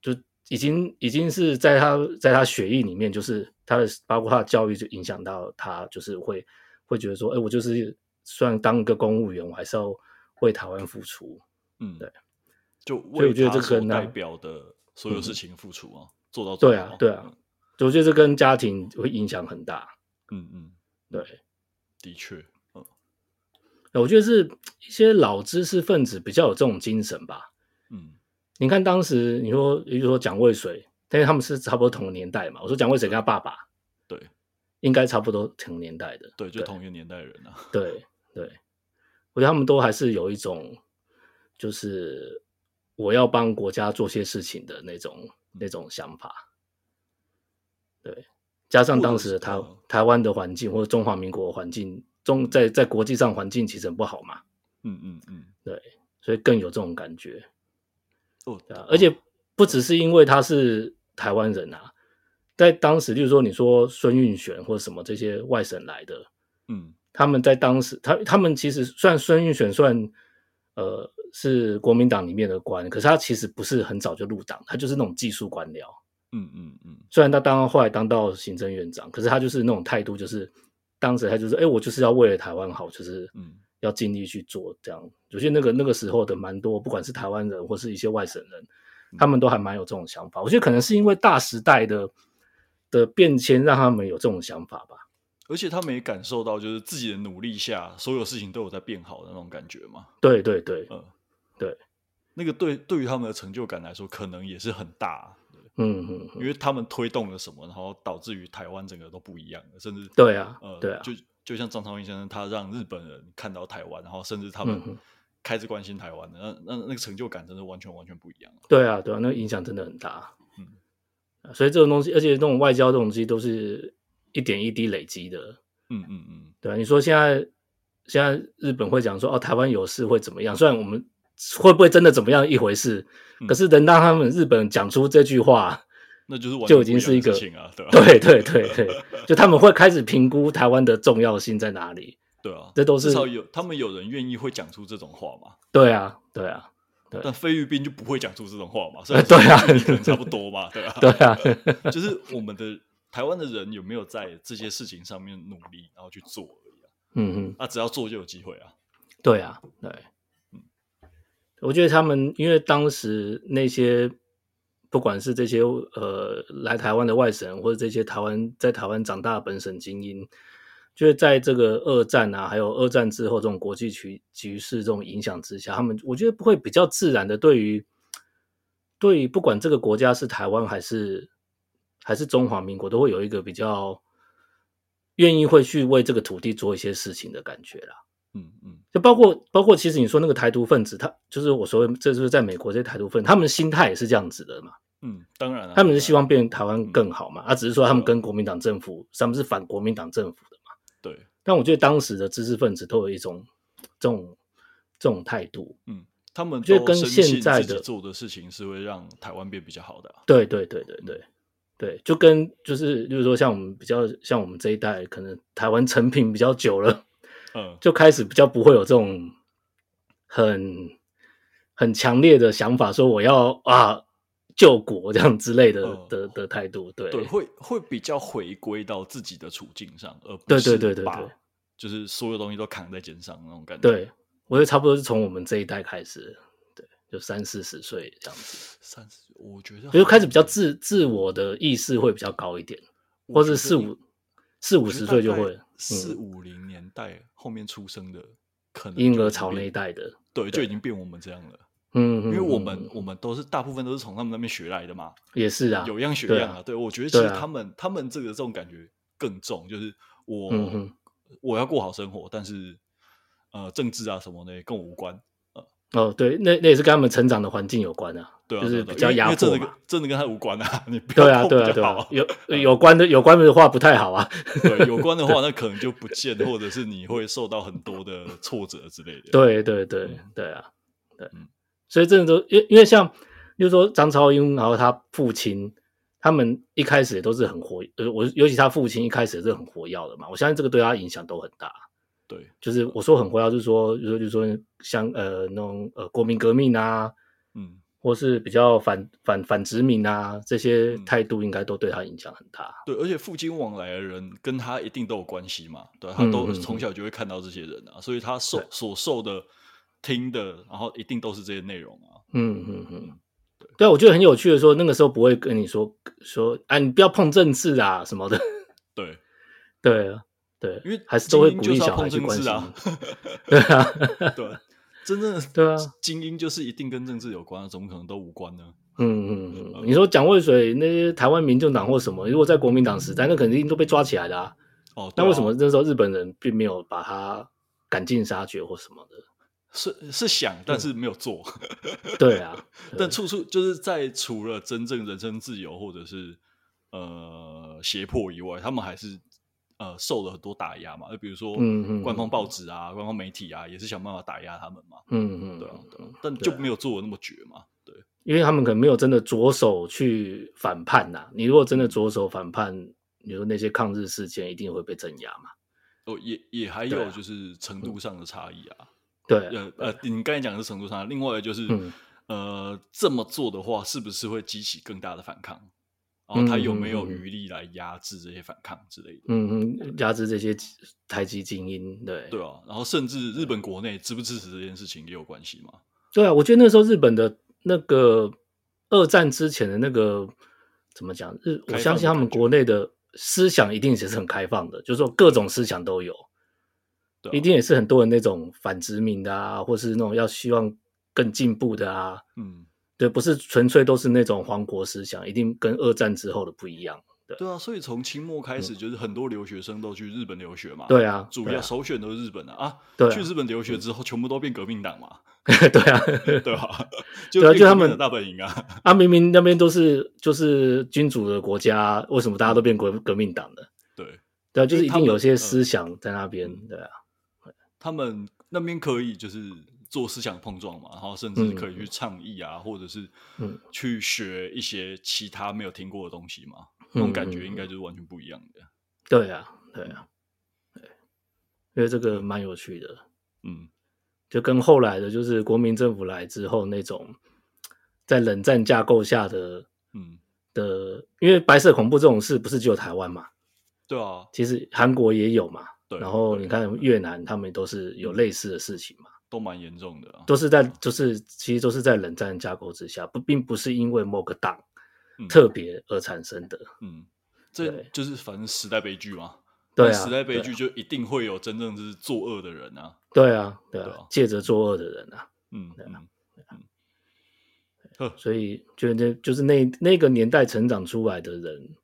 [SPEAKER 2] 就已经已经是在他在他血液里面，就是他的包括他的教育就影响到他，就是会会觉得说，哎，我就是虽然当一个公务员，我还是要为台湾付出。
[SPEAKER 1] 嗯，
[SPEAKER 2] 对，
[SPEAKER 1] 就
[SPEAKER 2] 所以
[SPEAKER 1] 为
[SPEAKER 2] 我觉得
[SPEAKER 1] 他
[SPEAKER 2] 这个
[SPEAKER 1] 所
[SPEAKER 2] 很难嗯
[SPEAKER 1] 代表的所有事情付出啊，做到最
[SPEAKER 2] 对啊
[SPEAKER 1] 好，
[SPEAKER 2] 对啊，我觉得这跟家庭会影响很大。
[SPEAKER 1] 嗯嗯，
[SPEAKER 2] 对，
[SPEAKER 1] 的确，嗯
[SPEAKER 2] 我觉得是一些老知识分子比较有这种精神吧。
[SPEAKER 1] 嗯
[SPEAKER 2] 你看当时你说，比如说蒋渭水，但是他们是差不多同个年代嘛。我说蒋渭水跟他爸爸
[SPEAKER 1] 对
[SPEAKER 2] 应该差不多同年代的，
[SPEAKER 1] 对，就同一个年代人啊，
[SPEAKER 2] 对对，我觉得他们都还是有一种，就是我要帮国家做些事情的那
[SPEAKER 1] 嗯
[SPEAKER 2] 种那种想法。对，加上当时的台
[SPEAKER 1] 或者是嗯
[SPEAKER 2] 台湾的环境或者中华民国的环境，中在在国际上环境其实很不好嘛，
[SPEAKER 1] 嗯嗯嗯，
[SPEAKER 2] 所以更有这种感觉。
[SPEAKER 1] 哦
[SPEAKER 2] 对啊，而且不只是因为他是台湾人啊，在当时，例如说你说孙运璇或什么这些外省来的，
[SPEAKER 1] 嗯
[SPEAKER 2] 他们在当时，他他们其实虽然孙运璇算呃是国民党里面的官，可是他其实不是很早就入党，他就是那种技术官僚。
[SPEAKER 1] 嗯嗯嗯
[SPEAKER 2] 虽然他当然后来当到行政院长，可是他就是那种态度，就是当时他就是哎、诶我就是要为了台湾好，就是
[SPEAKER 1] 嗯
[SPEAKER 2] 要尽力去做这样。我觉得那个那个时候的蛮多，不管是台湾人或是一些外省人，
[SPEAKER 1] 嗯
[SPEAKER 2] 他们都还蛮有这种想法。我觉得可能是因为大时代的的变迁，让他们有这种想法吧。
[SPEAKER 1] 而且他们也感受到，就是自己的努力下，所有事情都有在变好的那种感觉嘛。
[SPEAKER 2] 对对对，
[SPEAKER 1] 嗯，
[SPEAKER 2] 对，
[SPEAKER 1] 那个对对于他们的成就感来说，可能也是很大，对
[SPEAKER 2] 嗯嗯嗯，
[SPEAKER 1] 因为他们推动了什么，然后导致于台湾整个都不一样了，甚至
[SPEAKER 2] 对啊
[SPEAKER 1] 呃，，
[SPEAKER 2] 对啊，
[SPEAKER 1] 就就像张长英先生，他让日本人看到台湾，然后甚至他
[SPEAKER 2] 嗯
[SPEAKER 1] 们
[SPEAKER 2] 哼
[SPEAKER 1] 开始关心台湾的，那那那个成就感真的完全完全不一样啊。
[SPEAKER 2] 对啊，对啊，那个影响真的很大。
[SPEAKER 1] 嗯
[SPEAKER 2] 嗯，所以这种东西，而且这种外交这种东西都是一点一滴累积的。
[SPEAKER 1] 嗯嗯嗯，
[SPEAKER 2] 对啊，你说现在现在日本会讲说哦，台湾有事会怎么样？虽然我们会不会真的怎么样一回事，可是能让他们日本讲出这句话，
[SPEAKER 1] 那就是完全
[SPEAKER 2] 就已经
[SPEAKER 1] 不样
[SPEAKER 2] 是一
[SPEAKER 1] 的
[SPEAKER 2] 个
[SPEAKER 1] 事情啊，对吧？
[SPEAKER 2] 对对对对，就他们会开始评估台湾的重要性在哪里。
[SPEAKER 1] 对啊，
[SPEAKER 2] 这都是
[SPEAKER 1] 至少有他们有人愿意会讲出这种话嘛，
[SPEAKER 2] 对啊，对啊，对
[SPEAKER 1] 但菲律宾就不会讲出这种话嘛， 所以
[SPEAKER 2] 对啊
[SPEAKER 1] 可能差不多嘛，对啊，
[SPEAKER 2] 对啊，
[SPEAKER 1] 就是我们的台湾的人有没有在这些事情上面努力，然后去做而已啊。
[SPEAKER 2] 嗯嗯。
[SPEAKER 1] 那、只要做就有机会啊。
[SPEAKER 2] 对啊，对
[SPEAKER 1] 嗯，
[SPEAKER 2] 我觉得他们因为当时那些不管是这些呃来台湾的外省人，或者这些台湾在台湾长大的本省精英，就是在这个二战啊，还有二战之后这种国际局局势这种影响之下，他们我觉得会比较自然的对于对于不管这个国家是台湾还是还是中华民国，都会有一个比较愿意会去为这个土地做一些事情的感觉啦。
[SPEAKER 1] 嗯嗯
[SPEAKER 2] 就包括包括，其实你说那个台独分子，他就是我所谓，这就是在美国这些台独分子，他们的心态也是这样子的嘛。
[SPEAKER 1] 嗯，当然了、
[SPEAKER 2] 他们是希望
[SPEAKER 1] 当然
[SPEAKER 2] 变台湾更好嘛，啊，只是说他们跟国民党政府，他们是反国民党政府的嘛。
[SPEAKER 1] 对，
[SPEAKER 2] 但我觉得当时的知识分子都有一种这种这种态度，
[SPEAKER 1] 嗯，他们
[SPEAKER 2] 我觉得
[SPEAKER 1] 都
[SPEAKER 2] 跟
[SPEAKER 1] 深
[SPEAKER 2] 现
[SPEAKER 1] 信
[SPEAKER 2] 在
[SPEAKER 1] 自己
[SPEAKER 2] 的
[SPEAKER 1] 做的事情是会让台湾变比较好的啊、
[SPEAKER 2] 对对对对对对，就跟就是，例如说像我们比较像我们这一代，可能台湾成品比较久了，
[SPEAKER 1] 嗯，
[SPEAKER 2] 就开始比较不会有这种很很强烈的想法，说我要啊救国这样之类的、
[SPEAKER 1] 嗯
[SPEAKER 2] 的的态度。对
[SPEAKER 1] 对，会会比较回归到自己的处境上，而不
[SPEAKER 2] 对
[SPEAKER 1] 是
[SPEAKER 2] 对对对
[SPEAKER 1] 把
[SPEAKER 2] 对
[SPEAKER 1] 就是所有东西都扛在肩上那种感觉。
[SPEAKER 2] 对，我觉得差不多是从我们这一代开始，对，就三四十岁这样子，
[SPEAKER 1] 三十，我觉得
[SPEAKER 2] 就开始比较
[SPEAKER 1] 好像
[SPEAKER 2] 自自我的意识会比较高一点，
[SPEAKER 1] 哦我
[SPEAKER 2] 或
[SPEAKER 1] 觉
[SPEAKER 2] 是
[SPEAKER 1] 得
[SPEAKER 2] 四
[SPEAKER 1] 你
[SPEAKER 2] 五四五
[SPEAKER 1] 我觉
[SPEAKER 2] 十
[SPEAKER 1] 得
[SPEAKER 2] 岁就
[SPEAKER 1] 大概
[SPEAKER 2] 会嗯
[SPEAKER 1] 四五零年代后面出生的，可能
[SPEAKER 2] 婴
[SPEAKER 1] 就
[SPEAKER 2] 儿
[SPEAKER 1] 已经
[SPEAKER 2] 潮那
[SPEAKER 1] 变
[SPEAKER 2] 一代的，
[SPEAKER 1] 对，就已经变我们这样了。
[SPEAKER 2] 嗯，
[SPEAKER 1] 因为
[SPEAKER 2] 嗯
[SPEAKER 1] 我
[SPEAKER 2] 嗯
[SPEAKER 1] 们
[SPEAKER 2] 嗯
[SPEAKER 1] 我们都是大部分都是从他们那边学来的嘛，
[SPEAKER 2] 也是啊，
[SPEAKER 1] 有样学
[SPEAKER 2] 对
[SPEAKER 1] 样
[SPEAKER 2] 啊
[SPEAKER 1] 啊。对，我觉得其
[SPEAKER 2] 对
[SPEAKER 1] 实
[SPEAKER 2] 啊
[SPEAKER 1] 他们他们这个这种感觉更重，就是我
[SPEAKER 2] 嗯哼
[SPEAKER 1] 我要过好生活，但是呃政治啊什么的跟我无关。
[SPEAKER 2] 哦，对，那那也是跟他们成长的环境有关啊。
[SPEAKER 1] 对啊，
[SPEAKER 2] 就是
[SPEAKER 1] 对啊对啊
[SPEAKER 2] 比较
[SPEAKER 1] 因为
[SPEAKER 2] 压
[SPEAKER 1] 因为真
[SPEAKER 2] 迫
[SPEAKER 1] 的跟
[SPEAKER 2] 嘛
[SPEAKER 1] 真的跟他无关啊， 你不
[SPEAKER 2] 对
[SPEAKER 1] 要
[SPEAKER 2] 啊，
[SPEAKER 1] 碰
[SPEAKER 2] 对啊，
[SPEAKER 1] 比
[SPEAKER 2] 对
[SPEAKER 1] 较
[SPEAKER 2] 啊
[SPEAKER 1] 好，。嗯
[SPEAKER 2] 有有关的有关的话不太好啊。
[SPEAKER 1] 对，有关的话，那可能就不见，或者是你会受到很多的挫折之类的。，
[SPEAKER 2] 对对对
[SPEAKER 1] 嗯
[SPEAKER 2] 对啊，对
[SPEAKER 1] 嗯，
[SPEAKER 2] 所以真的都因为因为像，例如说张超英，然后他父亲，他们一开始也都是很活，呃，我尤其他父亲一开始也是很活跃的嘛，我相信这个对他影响都很大。
[SPEAKER 1] 对，
[SPEAKER 2] 就是我说很活跃，就是说，就是就是说像呃那种呃国民革命啊，
[SPEAKER 1] 嗯，
[SPEAKER 2] 或是比较反反反殖民啊这些
[SPEAKER 1] 嗯
[SPEAKER 2] 态度，应该都对他影响很大。
[SPEAKER 1] 对，而且父亲往来的人跟他一定都有关系嘛，对啊，他
[SPEAKER 2] 嗯
[SPEAKER 1] 都
[SPEAKER 2] 嗯嗯
[SPEAKER 1] 从小就会看到这些人啊，所以他受
[SPEAKER 2] 对
[SPEAKER 1] 所受的、听的，然后一定都是这些内容啊。
[SPEAKER 2] 嗯嗯嗯，对啊，我觉得很有趣的说，那个时候不会跟你说说，啊，你不要碰政治啊什么的。
[SPEAKER 1] 对，
[SPEAKER 2] 对啊，对，
[SPEAKER 1] 因为
[SPEAKER 2] 还是都会
[SPEAKER 1] 精英
[SPEAKER 2] 鼓
[SPEAKER 1] 就
[SPEAKER 2] 励
[SPEAKER 1] 是要
[SPEAKER 2] 小孩
[SPEAKER 1] 碰
[SPEAKER 2] 去
[SPEAKER 1] 政
[SPEAKER 2] 关
[SPEAKER 1] 治
[SPEAKER 2] 心。
[SPEAKER 1] 啊，
[SPEAKER 2] 对啊，
[SPEAKER 1] 对啊， 真正的
[SPEAKER 2] 对啊，
[SPEAKER 1] 精英就是一定跟政治有关啊，怎么可能都无关呢？
[SPEAKER 2] 嗯嗯嗯，你说蒋渭水那些台湾民进党或什么，如果在国民党时代，那肯定都被抓起来的啊。
[SPEAKER 1] 哦，对
[SPEAKER 2] 那
[SPEAKER 1] 啊
[SPEAKER 2] 为什么那时候日本人并没有把他赶尽杀绝或什么的？
[SPEAKER 1] 是是想，但是没有做？
[SPEAKER 2] 嗯 对啊，
[SPEAKER 1] 但处处就是在除了真正人身自由或者是呃胁迫以外，他们还是呃受了很多打压嘛。就比如说
[SPEAKER 2] 嗯嗯
[SPEAKER 1] 官方报纸啊、官方媒体啊，也是想办法打压他们嘛。
[SPEAKER 2] 嗯嗯，
[SPEAKER 1] 对啊，对啊
[SPEAKER 2] 嗯
[SPEAKER 1] 但
[SPEAKER 2] 对
[SPEAKER 1] 就
[SPEAKER 2] 啊
[SPEAKER 1] 没有做的那么绝嘛。对，
[SPEAKER 2] 因为他们可能没有真的着手去反叛呐、你如果真的着手反叛，你说那些抗日事件一定会被镇压嘛？
[SPEAKER 1] 哦，也也还
[SPEAKER 2] 对
[SPEAKER 1] 有
[SPEAKER 2] 啊
[SPEAKER 1] 就是程度上的差异啊。
[SPEAKER 2] 对啊，
[SPEAKER 1] 呃呃，你刚才讲的是程度上，另外就是、
[SPEAKER 2] 嗯
[SPEAKER 1] 呃，这么做的话，是不是会激起更大的反抗？然后他有没有
[SPEAKER 2] 嗯嗯嗯嗯
[SPEAKER 1] 余力来压制这些反抗之类的？
[SPEAKER 2] 嗯嗯，加之这些台籍精英，对
[SPEAKER 1] 对啊，然后甚至日本国内支不支持这件事情也有关系嘛。
[SPEAKER 2] 对啊，我觉得那时候日本的那个二战之前的那个怎么讲？日
[SPEAKER 1] 开
[SPEAKER 2] 我相
[SPEAKER 1] 放
[SPEAKER 2] 信
[SPEAKER 1] 的
[SPEAKER 2] 他们
[SPEAKER 1] 感觉
[SPEAKER 2] 国内的思想一定也是很开放的，就是说各种思想都有，
[SPEAKER 1] 对、啊，
[SPEAKER 2] 一定也是很多人那种反殖民的啊，或是那种要希望更进步的啊。
[SPEAKER 1] 嗯，
[SPEAKER 2] 对，不是纯粹都是那种皇国思想，一定跟二战之后的不一样。
[SPEAKER 1] 对啊，所以从清末开始，就是很多留学生都去日本留学嘛。
[SPEAKER 2] 嗯对啊，
[SPEAKER 1] 主
[SPEAKER 2] 对
[SPEAKER 1] 要
[SPEAKER 2] 啊
[SPEAKER 1] 首选都是日本啊啊！
[SPEAKER 2] 对啊
[SPEAKER 1] 去日本留学之后，全部都变革命党嘛，
[SPEAKER 2] 对啊，
[SPEAKER 1] 对吧？ 就
[SPEAKER 2] 对啊
[SPEAKER 1] 变
[SPEAKER 2] 就
[SPEAKER 1] 革
[SPEAKER 2] 他
[SPEAKER 1] 命
[SPEAKER 2] 们
[SPEAKER 1] 的大本营啊，
[SPEAKER 2] 啊，明明那边都是就是君主的国家，为什么大家都变革革命党呢？
[SPEAKER 1] 对
[SPEAKER 2] 对啊，就是一
[SPEAKER 1] 他
[SPEAKER 2] 定有
[SPEAKER 1] 们
[SPEAKER 2] 些
[SPEAKER 1] 嗯
[SPEAKER 2] 思想在那边，对啊，
[SPEAKER 1] 他们那边可以就是做思想碰撞嘛，然后甚至可以去倡议啊，或者是
[SPEAKER 2] 嗯
[SPEAKER 1] 去学一些其他没有听过的东西嘛，那种感觉
[SPEAKER 2] 嗯
[SPEAKER 1] 应该就是完全不一样的。
[SPEAKER 2] 对啊，对啊，对，因为这个蛮有趣的，
[SPEAKER 1] 嗯，
[SPEAKER 2] 就跟后来的，就是国民政府来之后那种在冷战架构下的
[SPEAKER 1] 嗯，
[SPEAKER 2] 的，因为白色恐怖这种事不是只有台湾嘛，
[SPEAKER 1] 对啊，
[SPEAKER 2] 其实韩国也有嘛，
[SPEAKER 1] 对
[SPEAKER 2] 然后
[SPEAKER 1] 对
[SPEAKER 2] 你看越南，他们都是有类似的事情嘛，
[SPEAKER 1] 都蛮严重的啊。
[SPEAKER 2] 都是在就是其实都是在冷战架构之下，不并不是因为某个党
[SPEAKER 1] 嗯
[SPEAKER 2] 特别而产生的，
[SPEAKER 1] 嗯，这
[SPEAKER 2] 对
[SPEAKER 1] 就是反正时代悲剧嘛。
[SPEAKER 2] 对啊
[SPEAKER 1] 那时代悲
[SPEAKER 2] 对啊
[SPEAKER 1] 剧就一定会有真正是作恶的人啊。
[SPEAKER 2] 对啊，对
[SPEAKER 1] 对
[SPEAKER 2] 啊
[SPEAKER 1] 啊，
[SPEAKER 2] 借着作恶的人啊，
[SPEAKER 1] 嗯
[SPEAKER 2] 对
[SPEAKER 1] 嗯
[SPEAKER 2] 啊
[SPEAKER 1] 嗯。呵，
[SPEAKER 2] 所以觉得就是那那个年代成长出来的人，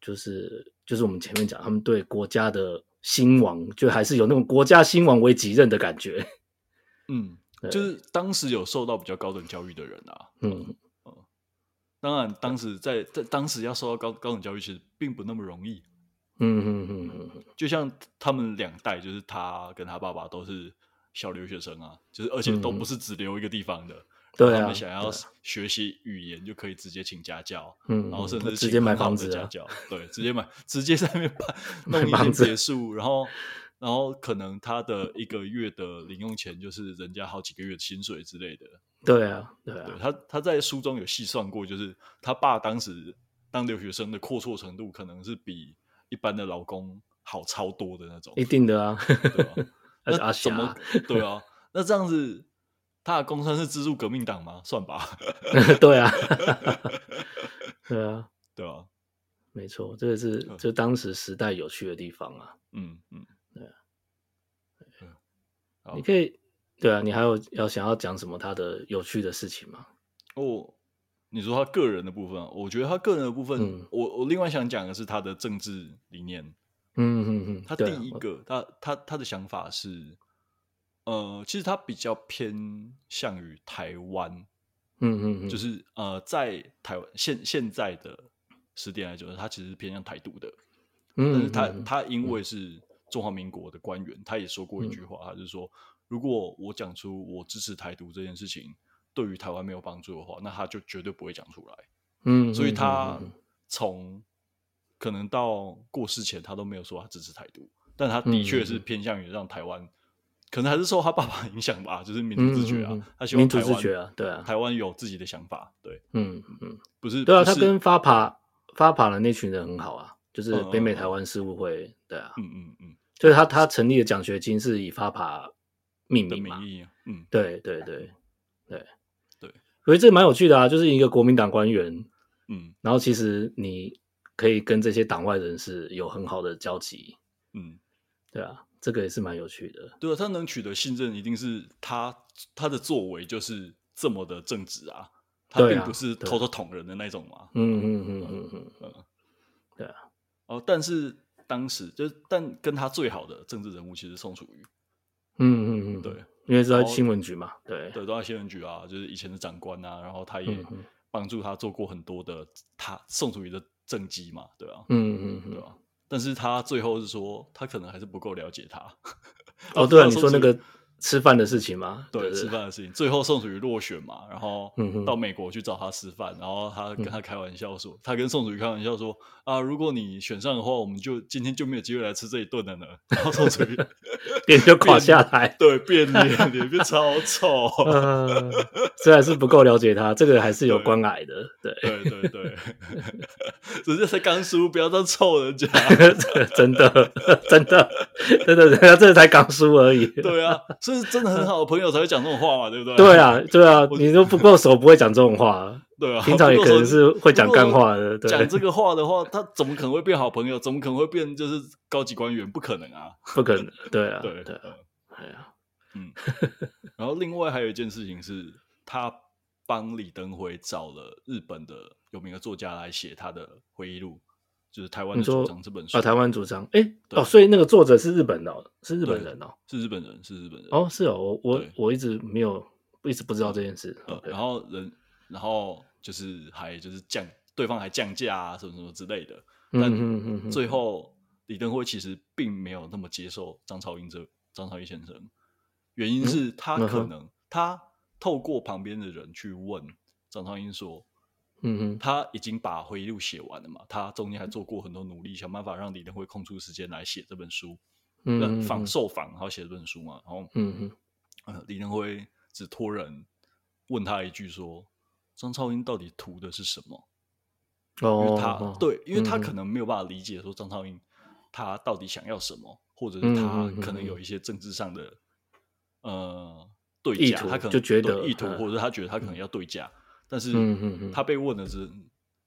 [SPEAKER 2] 就是就是我们前面讲，他们对国家的兴亡，就还是有那种国家兴亡为己任的感觉。
[SPEAKER 1] 嗯，
[SPEAKER 2] 对
[SPEAKER 1] 就是当时有受到比较高等教育的人啊。
[SPEAKER 2] 嗯，
[SPEAKER 1] 当然，当时在在当时要受到高高等教育，其实并不那么容易。
[SPEAKER 2] 嗯嗯嗯嗯嗯，
[SPEAKER 1] 就像他们两代，就是他跟他爸爸都是小留学生啊，就是而且都
[SPEAKER 2] 嗯
[SPEAKER 1] 不是只留一个地方的。
[SPEAKER 2] 对啊
[SPEAKER 1] 他们想要
[SPEAKER 2] 对啊
[SPEAKER 1] 学习语言，就可以直接请家教。
[SPEAKER 2] 嗯
[SPEAKER 1] 然后甚至
[SPEAKER 2] 嗯直
[SPEAKER 1] 请
[SPEAKER 2] 接买
[SPEAKER 1] 很好
[SPEAKER 2] 房
[SPEAKER 1] 的
[SPEAKER 2] 子
[SPEAKER 1] 家
[SPEAKER 2] 啊
[SPEAKER 1] 教，对，直接买，直接在那边 办
[SPEAKER 2] 买
[SPEAKER 1] 弄一
[SPEAKER 2] 房
[SPEAKER 1] 间
[SPEAKER 2] 子
[SPEAKER 1] 别墅，然后然后可能他的一个月的零用钱就是人家好几个月的薪水之类的。
[SPEAKER 2] 对啊，对
[SPEAKER 1] 对
[SPEAKER 2] 啊，
[SPEAKER 1] 他，他在书中有细算过，就是他爸当时当留学生的阔绰程度，可能是比一般的劳工好超多的那种。
[SPEAKER 2] 一定的啊。
[SPEAKER 1] 对啊
[SPEAKER 2] 而且阿
[SPEAKER 1] 那
[SPEAKER 2] 霞
[SPEAKER 1] 怎么？对啊，那这样子，他的公算是资助革命党吗？算吧，
[SPEAKER 2] 对啊，对啊，
[SPEAKER 1] 对啊，
[SPEAKER 2] 没错，这个是
[SPEAKER 1] 嗯
[SPEAKER 2] 这当时时代有趣的地方啊。
[SPEAKER 1] 嗯嗯，对，啊好
[SPEAKER 2] 你可以，对啊，你还有要想要讲什么他的有趣的事情吗？
[SPEAKER 1] 哦，你说他个人的部分啊，我觉得他个人的部分，
[SPEAKER 2] 嗯
[SPEAKER 1] 我我另外想讲的是他的政治理念。
[SPEAKER 2] 嗯嗯嗯，
[SPEAKER 1] 他第
[SPEAKER 2] 对啊
[SPEAKER 1] 一个，他他他的想法是，呃，其实它比较偏向于台湾，
[SPEAKER 2] 嗯嗯嗯，
[SPEAKER 1] 就是呃，在台湾现现在的十点来讲，它其实是偏向台独的，
[SPEAKER 2] 嗯，
[SPEAKER 1] 但是他
[SPEAKER 2] 嗯嗯
[SPEAKER 1] 他因为是中华民国的官员，他也说过
[SPEAKER 2] 嗯
[SPEAKER 1] 一句话，他就说，如果我讲出我支持台独这件事情对于台湾没有帮助的话，那他就绝对不会讲出来。
[SPEAKER 2] 嗯，嗯
[SPEAKER 1] 所以他
[SPEAKER 2] 嗯嗯
[SPEAKER 1] 从可能到过世前，他都没有说他支持台独，但他的
[SPEAKER 2] 嗯
[SPEAKER 1] 确是偏向于让台湾，可能还是受他爸爸影响吧，就是民族自觉啊，
[SPEAKER 2] 嗯嗯嗯嗯
[SPEAKER 1] 他希望
[SPEAKER 2] 民族
[SPEAKER 1] 台湾
[SPEAKER 2] 自觉啊对啊
[SPEAKER 1] 台湾有自己的想法，对，
[SPEAKER 2] 嗯嗯嗯，
[SPEAKER 1] 不是
[SPEAKER 2] 对啊，
[SPEAKER 1] 不
[SPEAKER 2] 他
[SPEAKER 1] 是
[SPEAKER 2] 跟发爬发爬的那群人很好啊，就是
[SPEAKER 1] 嗯
[SPEAKER 2] 北美
[SPEAKER 1] 嗯
[SPEAKER 2] 台湾事务会，对啊，
[SPEAKER 1] 嗯嗯嗯
[SPEAKER 2] 就是他他成立的奖学金是以发爬命
[SPEAKER 1] 的
[SPEAKER 2] 名嘛
[SPEAKER 1] 名，义啊，嗯。
[SPEAKER 2] 对对对对
[SPEAKER 1] 对，
[SPEAKER 2] 所以这蛮有趣的啊，就是一个国民党官员，
[SPEAKER 1] 嗯
[SPEAKER 2] 然后其实你可以跟这些党外人士有很好的交集，
[SPEAKER 1] 嗯，
[SPEAKER 2] 对啊，这个也是蛮有趣的，
[SPEAKER 1] 对啊，他能取得信任，一定是他他的作为就是这么的正直啊，他
[SPEAKER 2] 对
[SPEAKER 1] 并
[SPEAKER 2] 啊
[SPEAKER 1] 不是
[SPEAKER 2] 对啊
[SPEAKER 1] 偷偷捅人的那种嘛。
[SPEAKER 2] 嗯嗯嗯嗯嗯
[SPEAKER 1] 哦，但是当时就是，但跟他最好的政治人物其实是宋楚瑜，
[SPEAKER 2] 嗯嗯嗯，
[SPEAKER 1] 对，
[SPEAKER 2] 因为是在
[SPEAKER 1] 然后
[SPEAKER 2] 新闻局嘛，对，
[SPEAKER 1] 对，都在新闻局啊，就是以前的长官啊，然后他也
[SPEAKER 2] 嗯嗯
[SPEAKER 1] 帮助他做过很多的他宋楚瑜的政绩嘛，对啊，
[SPEAKER 2] 嗯嗯
[SPEAKER 1] 对
[SPEAKER 2] 嗯，
[SPEAKER 1] 啊。但是他最后是说，他可能还是不够了解他。
[SPEAKER 2] 哦，对啊，
[SPEAKER 1] 宋
[SPEAKER 2] 你说那
[SPEAKER 1] 楚瑜
[SPEAKER 2] 个吃饭的事情嘛，
[SPEAKER 1] 对
[SPEAKER 2] 不
[SPEAKER 1] 吃饭的事情，最后宋楚瑜落选嘛，然后
[SPEAKER 2] 嗯哼
[SPEAKER 1] 到美国去找他吃饭，然后他跟他开玩笑说，他跟宋楚瑜开玩笑说啊，如果你选上的话，我们就今天就没有机会来吃这一顿了呢。 然后宋楚瑜
[SPEAKER 2] 脸就垮下 来。
[SPEAKER 1] 对变脸，脸变超臭，
[SPEAKER 2] 呃，虽然是不够了解他，这个还是有关爱的，对，
[SPEAKER 1] 对对对，人家才刚输，不要这样臭人家。
[SPEAKER 2] 真的，真的，真的，人家这才刚输而已。
[SPEAKER 1] 对啊，所以真的很好的朋友才会讲这种话嘛，对不对？
[SPEAKER 2] 对啊，对啊，
[SPEAKER 1] 我
[SPEAKER 2] 你都不够熟，不会讲这种话，
[SPEAKER 1] 对啊，
[SPEAKER 2] 平常也
[SPEAKER 1] 不
[SPEAKER 2] 可
[SPEAKER 1] 过
[SPEAKER 2] 能
[SPEAKER 1] 说
[SPEAKER 2] 是会讲干话的。
[SPEAKER 1] 不过讲这
[SPEAKER 2] 对，
[SPEAKER 1] 个话的话，他怎么可能会变好朋友？怎么可能会变就是高级官员？不可能啊！
[SPEAKER 2] 不可能，对啊，
[SPEAKER 1] 对
[SPEAKER 2] 对啊，哎呀，
[SPEAKER 1] 嗯。然后另外还有一件事情是，他帮李登辉找了日本的有名的作家来写他的回忆录，就是《台湾的
[SPEAKER 2] 你说
[SPEAKER 1] 主张》这本书。
[SPEAKER 2] 啊，台湾主张，哎，
[SPEAKER 1] 对
[SPEAKER 2] 哦，所以那个作者是日本的哦，是日本人哦，
[SPEAKER 1] 是日本人，是日本人。
[SPEAKER 2] 哦，是哦，我我
[SPEAKER 1] 对
[SPEAKER 2] 我一直没有，一直不知道这件事。
[SPEAKER 1] 呃，
[SPEAKER 2] OK
[SPEAKER 1] 然后人，然后就是还就是降对方还降价啊，什么什么之类的。
[SPEAKER 2] 嗯
[SPEAKER 1] 但
[SPEAKER 2] 嗯嗯嗯，
[SPEAKER 1] 最后李登辉其实并没有那么接受张超英这张超英先生，原因是他
[SPEAKER 2] 嗯
[SPEAKER 1] 可
[SPEAKER 2] 哼
[SPEAKER 1] 能、他透过旁边的人去问张超英说，
[SPEAKER 2] 嗯嗯
[SPEAKER 1] 他已经把回忆录写完了嘛，他中间还做过很多努力，想办法让李登辉空出时间来写这本书，
[SPEAKER 2] 嗯
[SPEAKER 1] 那
[SPEAKER 2] 嗯
[SPEAKER 1] 访
[SPEAKER 2] 嗯
[SPEAKER 1] 受访然后写这本书嘛，然后
[SPEAKER 2] 嗯嗯。
[SPEAKER 1] 呃李登辉只托人问他一句说，张超英到底图的是什么？因为
[SPEAKER 2] 哦，
[SPEAKER 1] 他、
[SPEAKER 2] 哦
[SPEAKER 1] 对，因为他
[SPEAKER 2] 嗯
[SPEAKER 1] 可
[SPEAKER 2] 哼
[SPEAKER 1] 能没有办法理解说张超英他到底想要什么，或者
[SPEAKER 2] 嗯
[SPEAKER 1] 是他
[SPEAKER 2] 嗯嗯
[SPEAKER 1] 可能
[SPEAKER 2] 嗯
[SPEAKER 1] 有一些政治上的呃对
[SPEAKER 2] 意
[SPEAKER 1] 价，
[SPEAKER 2] 图
[SPEAKER 1] 他可能
[SPEAKER 2] 就觉
[SPEAKER 1] 对
[SPEAKER 2] 得
[SPEAKER 1] 意图，
[SPEAKER 2] 嗯
[SPEAKER 1] 或者是他觉得他可能要对价，但是
[SPEAKER 2] 嗯嗯嗯
[SPEAKER 1] 他被问了之，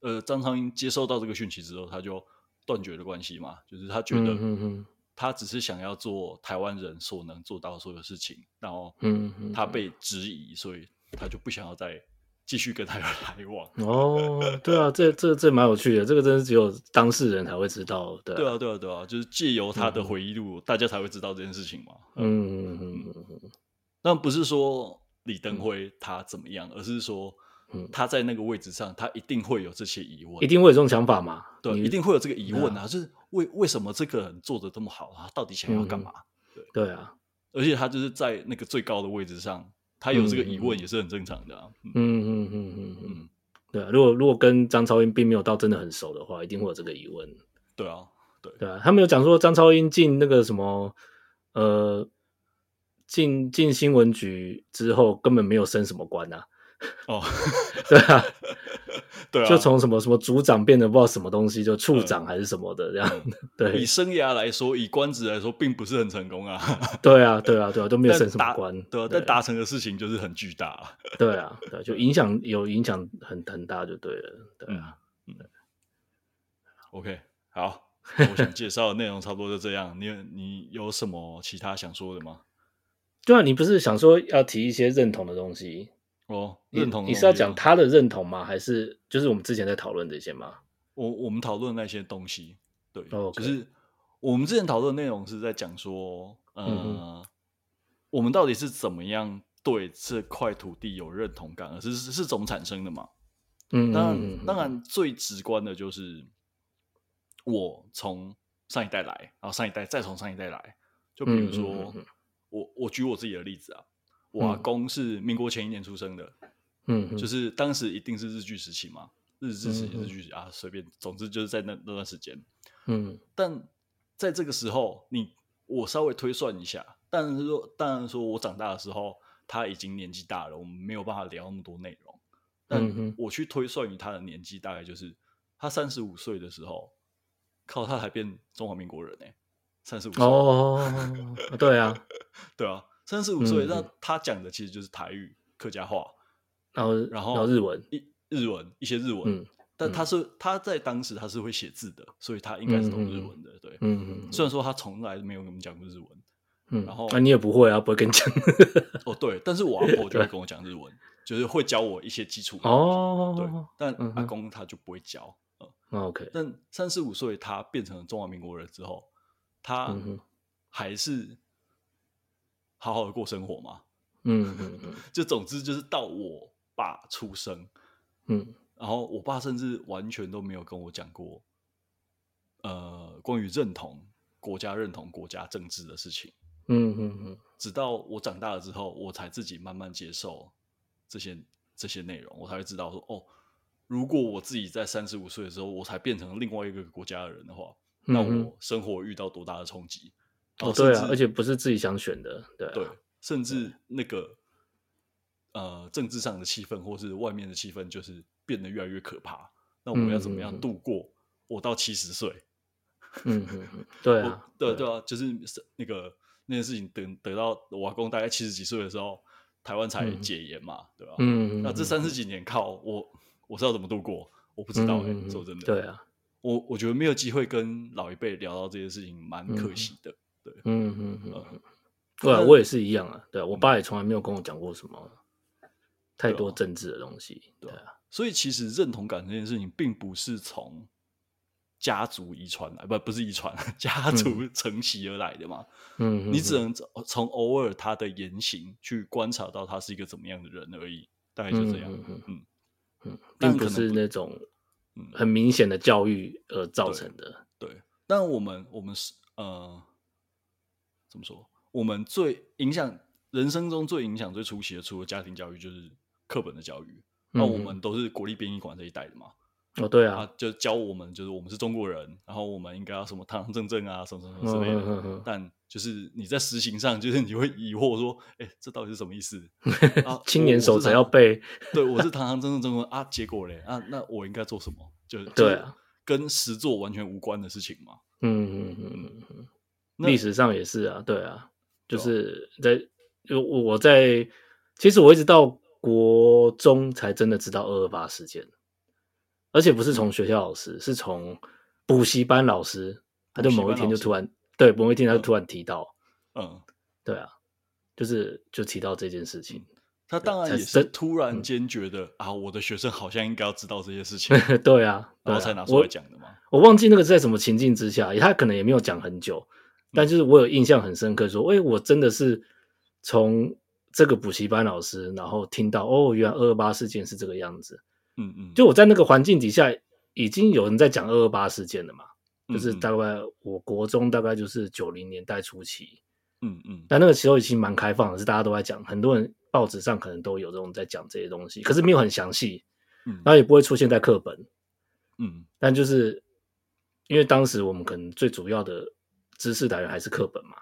[SPEAKER 1] 呃，张超英接收到这个讯息之后，他就断绝了关系嘛，就是他觉得
[SPEAKER 2] 嗯嗯嗯
[SPEAKER 1] 他只是想要做台湾人所能做到的所有事情，然后
[SPEAKER 2] 嗯嗯
[SPEAKER 1] 他被质疑，所以他就不想要再继续跟他有来往。
[SPEAKER 2] 哦，对啊，这这这蛮有趣的，这个真是只有当事人才会知道，对
[SPEAKER 1] 对
[SPEAKER 2] 啊，
[SPEAKER 1] 啊，对啊，对啊，就是借由他的回忆录，大家才会知道这件事情嘛。
[SPEAKER 2] 嗯嗯嗯嗯
[SPEAKER 1] 但不是说李登辉他怎么样，而是说
[SPEAKER 2] 嗯
[SPEAKER 1] 他在那个位置上，他一定会有这些疑问，
[SPEAKER 2] 一定会嗯有这种想法嘛，
[SPEAKER 1] 对，啊
[SPEAKER 2] 你
[SPEAKER 1] 一定会有这个疑问啊，就是为为什么这个人做的这么好，他到底想要
[SPEAKER 2] 嗯
[SPEAKER 1] 干嘛？
[SPEAKER 2] 对啊，
[SPEAKER 1] 而且他就是在那个最高的位置上，他有这个疑问
[SPEAKER 2] 嗯嗯嗯
[SPEAKER 1] 也是很正常的、啊。嗯
[SPEAKER 2] 嗯嗯嗯嗯嗯
[SPEAKER 1] 嗯，
[SPEAKER 2] 对啊，如果如果跟张超英并没有到真的很熟的话，一定会有这个疑问，
[SPEAKER 1] 对啊，对，
[SPEAKER 2] 对啊，他们有讲说张超英进那个什么，呃，进进新闻局之后根本没有升什么官啊，
[SPEAKER 1] 哦，
[SPEAKER 2] 对啊，
[SPEAKER 1] 对啊，
[SPEAKER 2] 就从什么什么组长变成不知道什么东西，就处长还是什么的这样。
[SPEAKER 1] 以
[SPEAKER 2] 对
[SPEAKER 1] 生涯来说，以官职来说，并不是很成功啊。
[SPEAKER 2] 对啊，对啊，对啊，都没有
[SPEAKER 1] 但
[SPEAKER 2] 升什么
[SPEAKER 1] 达
[SPEAKER 2] 官。
[SPEAKER 1] 对啊，但达成的事情就是很巨大、啊。
[SPEAKER 2] 对啊，对啊，就影响有影响很很大就对了。对啊，
[SPEAKER 1] 嗯，嗯，OK，好， 那我想介绍的内容差不多就这样。你有你有什么其他想说的吗？
[SPEAKER 2] 对啊，你不是想说要提一些认同的东西？
[SPEAKER 1] 哦，
[SPEAKER 2] 你
[SPEAKER 1] 认同的
[SPEAKER 2] 你是要
[SPEAKER 1] 东西
[SPEAKER 2] 讲
[SPEAKER 1] 吗
[SPEAKER 2] 他的认同吗？还是就是我们之前在讨论这些吗？
[SPEAKER 1] 我我们讨论那些东西，对，
[SPEAKER 2] 哦，OK
[SPEAKER 1] 就是我们之前讨论的内容是在讲说，呃，
[SPEAKER 2] 嗯
[SPEAKER 1] 我们到底是怎么样对这块土地有认同感，而是是是怎么产生的嘛？
[SPEAKER 2] 嗯，
[SPEAKER 1] 当
[SPEAKER 2] 嗯
[SPEAKER 1] 然，当，然最直观的就是我从上一代来，然后上一代再从上一代来。就比如
[SPEAKER 2] 嗯嗯
[SPEAKER 1] 说
[SPEAKER 2] 嗯嗯，
[SPEAKER 1] 我我举我自己的例子啊，我阿
[SPEAKER 2] 嗯
[SPEAKER 1] 公是民国前一年出生的，
[SPEAKER 2] 嗯，
[SPEAKER 1] 就是是当时一定是日据时期嘛，日治时期、
[SPEAKER 2] 嗯嗯
[SPEAKER 1] 日据时期啊，随便，总之就是在那那段时间。
[SPEAKER 2] 嗯
[SPEAKER 1] 但在这个时候，你我稍微推算一下，但是说，当然说我长大的时候，他已经年纪大了，我们没有办法聊那么多内容。
[SPEAKER 2] 嗯
[SPEAKER 1] 但
[SPEAKER 2] 哼
[SPEAKER 1] 我去推算于他的年纪，大概就是他三十五岁的时候，靠，他还变中华民国人呢、欸，三十五岁，
[SPEAKER 2] 哦，对啊，
[SPEAKER 1] 对啊，三十五岁，
[SPEAKER 2] 嗯
[SPEAKER 1] 那
[SPEAKER 2] 嗯
[SPEAKER 1] 他讲的其实就是台语、客家话，
[SPEAKER 2] 然后
[SPEAKER 1] 然后
[SPEAKER 2] 然后日文，
[SPEAKER 1] 一日文一些日文，
[SPEAKER 2] 嗯
[SPEAKER 1] 但他是他在当时他是会写字的，所以他应该是懂日文的。对，
[SPEAKER 2] 嗯嗯
[SPEAKER 1] 虽然说他从来没有跟我们讲过 日文，
[SPEAKER 2] 嗯，
[SPEAKER 1] 然后
[SPEAKER 2] 啊你也不会啊，不会跟你讲
[SPEAKER 1] 哦对，但是我阿婆就会跟我讲日文，就是会教我一些基础的东西。对
[SPEAKER 2] 哦，，
[SPEAKER 1] 但
[SPEAKER 2] 嗯哼
[SPEAKER 1] 阿公他就不会教。呃
[SPEAKER 2] 对，OK，哦
[SPEAKER 1] 但三十五岁他变成了中华民国人之后，他
[SPEAKER 2] 嗯哼
[SPEAKER 1] 还是好好的过生活嘛。
[SPEAKER 2] 嗯嗯嗯
[SPEAKER 1] 就总之就是到我爸出生，
[SPEAKER 2] 嗯
[SPEAKER 1] 然后我爸甚至完全都没有跟我讲过，呃，关于认同国家、认同国家政治的事情。
[SPEAKER 2] 嗯嗯嗯，
[SPEAKER 1] 直到我长大了之后，我才自己慢慢接受这些这些内容，我才会知道说，哦，如果我自己在三十五岁的时候，我才变成另外一个国家的人的话，那
[SPEAKER 2] 嗯哼
[SPEAKER 1] 我生活遇到多大的冲击？
[SPEAKER 2] 哦
[SPEAKER 1] 然后甚
[SPEAKER 2] 对
[SPEAKER 1] 至
[SPEAKER 2] 啊，而且不是自己想选的，对啊
[SPEAKER 1] 对，甚至那个呃政治上的气氛，或是外面的气氛，就是变得越来越可怕。那我要怎么
[SPEAKER 2] 嗯嗯
[SPEAKER 1] 样
[SPEAKER 2] 嗯
[SPEAKER 1] 度过？我到七十岁，
[SPEAKER 2] 嗯嗯嗯，对
[SPEAKER 1] 我
[SPEAKER 2] 啊，
[SPEAKER 1] 对啊对啊，就是是那个那件事情等等到我阿公大概七十几岁的时候，台湾才
[SPEAKER 2] 嗯
[SPEAKER 1] 解严嘛，对吧？
[SPEAKER 2] 嗯，嗯
[SPEAKER 1] 那这
[SPEAKER 2] 嗯
[SPEAKER 1] 三十几年靠我，我是要怎么度过？我不知道哎、
[SPEAKER 2] 嗯嗯嗯
[SPEAKER 1] 说真的，
[SPEAKER 2] 对啊，
[SPEAKER 1] 我我觉得没有机会跟老一辈聊到这些事情，蛮可惜的。对，
[SPEAKER 2] 嗯嗯嗯
[SPEAKER 1] 呃
[SPEAKER 2] 嗯，对啊，
[SPEAKER 1] 那嗯
[SPEAKER 2] 我也是一样啊，对啊，我爸也从来没有跟我讲过什么太
[SPEAKER 1] 对啊
[SPEAKER 2] 多政治的东西，对
[SPEAKER 1] 对啊
[SPEAKER 2] 啊，
[SPEAKER 1] 所以其实认同感这件事情，并不是从家族遗传来，不不是遗传， 家族承袭而来的嘛。
[SPEAKER 2] 嗯，嗯
[SPEAKER 1] 你只
[SPEAKER 2] 嗯
[SPEAKER 1] 能从偶尔他的言行去观察到他是一个怎么样的人而已，大概就这样。
[SPEAKER 2] 嗯嗯
[SPEAKER 1] 嗯，
[SPEAKER 2] 嗯，
[SPEAKER 1] 但
[SPEAKER 2] 并不
[SPEAKER 1] 可能
[SPEAKER 2] 是
[SPEAKER 1] 不
[SPEAKER 2] 那种
[SPEAKER 1] 嗯
[SPEAKER 2] 很明显的教育而造
[SPEAKER 1] 对
[SPEAKER 2] 成的。
[SPEAKER 1] 对。但我们我们是呃，怎么说？我们最影响人生中最影响最出奇的，除了家庭教育，就是课本的教育。那、我
[SPEAKER 2] 嗯嗯
[SPEAKER 1] 们都是国立编译馆这一代的嘛，
[SPEAKER 2] 哦，对
[SPEAKER 1] 啊
[SPEAKER 2] 啊，，
[SPEAKER 1] 就教我们，就是我们是中国人，然后我们应该要什么堂堂正正啊，什么什么
[SPEAKER 2] 嗯
[SPEAKER 1] 之类的。
[SPEAKER 2] 嗯嗯
[SPEAKER 1] 但就是你在实行上，就是你会疑惑说，哎、这到底是什么意 思？啊
[SPEAKER 2] 嗯，，青年守则要
[SPEAKER 1] 背，
[SPEAKER 2] 背，
[SPEAKER 1] 对我是堂堂正正中文啊，结果嘞啊，那我应该做什么？就
[SPEAKER 2] 对啊，
[SPEAKER 1] 就是跟实作完全无关的事情嘛。
[SPEAKER 2] 嗯嗯嗯嗯嗯，
[SPEAKER 1] 那
[SPEAKER 2] 历史上也是啊，对啊，就
[SPEAKER 1] 对啊
[SPEAKER 2] 是在就我我在，其实我一直到国中才真的知道二二八事件，而且不是从学校老师，是从补习班老师，他就
[SPEAKER 1] 补习
[SPEAKER 2] 某一
[SPEAKER 1] 班
[SPEAKER 2] 天
[SPEAKER 1] 老
[SPEAKER 2] 就
[SPEAKER 1] 师
[SPEAKER 2] 突然对某一天他
[SPEAKER 1] 嗯
[SPEAKER 2] 就突然提到，
[SPEAKER 1] 嗯，
[SPEAKER 2] 对啊，就是就提到这件事情，
[SPEAKER 1] 他当
[SPEAKER 2] 才
[SPEAKER 1] 然也
[SPEAKER 2] 真嗯
[SPEAKER 1] 是突然间觉得、啊，我的学生好像应该要知道这些事情，
[SPEAKER 2] 对啊，对
[SPEAKER 1] 然
[SPEAKER 2] 啊
[SPEAKER 1] 后才拿出
[SPEAKER 2] 我
[SPEAKER 1] 来讲的嘛。
[SPEAKER 2] 我忘记那个是在什么情境之下，他可能也没有讲很久，
[SPEAKER 1] 嗯
[SPEAKER 2] 但就是我有印象很深刻，说，哎、我真的是从这个补习班老师，然后听到，哦，原来二二八事件是这个样子。
[SPEAKER 1] 嗯嗯，
[SPEAKER 2] 就我在那个环境底下，已经有人在讲二二八事件了嘛，就是
[SPEAKER 1] 嗯嗯
[SPEAKER 2] 大概我国中大概就是九零年代初期，
[SPEAKER 1] 嗯嗯
[SPEAKER 2] 但那个时候已经蛮开放的，是大家都在讲，很多人报纸上可能都有这种在讲这些东西，可是没有很详细，
[SPEAKER 1] 嗯
[SPEAKER 2] 然后也不会出现在课本。
[SPEAKER 1] 嗯
[SPEAKER 2] 但就是因为当时我们可能最主要的知识来源还是课本嘛，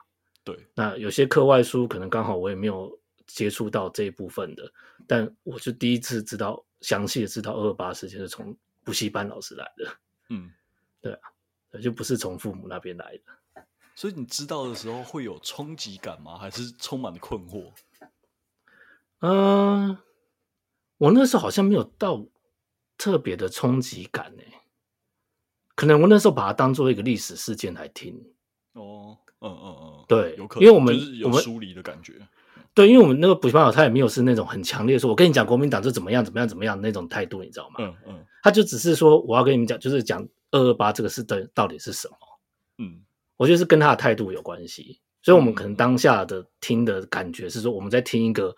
[SPEAKER 1] 对，
[SPEAKER 2] 那有些课外书可能刚好我也没有接触到这一部分的，但我就第一次知道详细的知道二二八事件是从补习班老师来的，
[SPEAKER 1] 嗯。
[SPEAKER 2] 对就不是从父母那边来的。
[SPEAKER 1] 所以你知道的时候会有冲击感吗？还是充满了困惑？
[SPEAKER 2] 嗯、我那时候好像没有到特别的冲击感呢、可能我那时候把它当做一个历史事件来听，
[SPEAKER 1] 哦，嗯嗯嗯，
[SPEAKER 2] 对
[SPEAKER 1] 有可能，
[SPEAKER 2] 因为我们
[SPEAKER 1] 就是
[SPEAKER 2] 我
[SPEAKER 1] 有
[SPEAKER 2] 们
[SPEAKER 1] 疏离的感觉。
[SPEAKER 2] 对，因为我们那个补习班老师他也没有是那种很强烈地说，我跟你讲国民党就怎么样怎么样怎么样那种态度，你知道吗？
[SPEAKER 1] 嗯嗯
[SPEAKER 2] 他就只是说我要跟你们讲，就是讲二二八这个是的到底是什么，
[SPEAKER 1] 嗯
[SPEAKER 2] 我觉得是跟他的态度有关系。所以我们可能当下的听的感觉是说，我们在听一个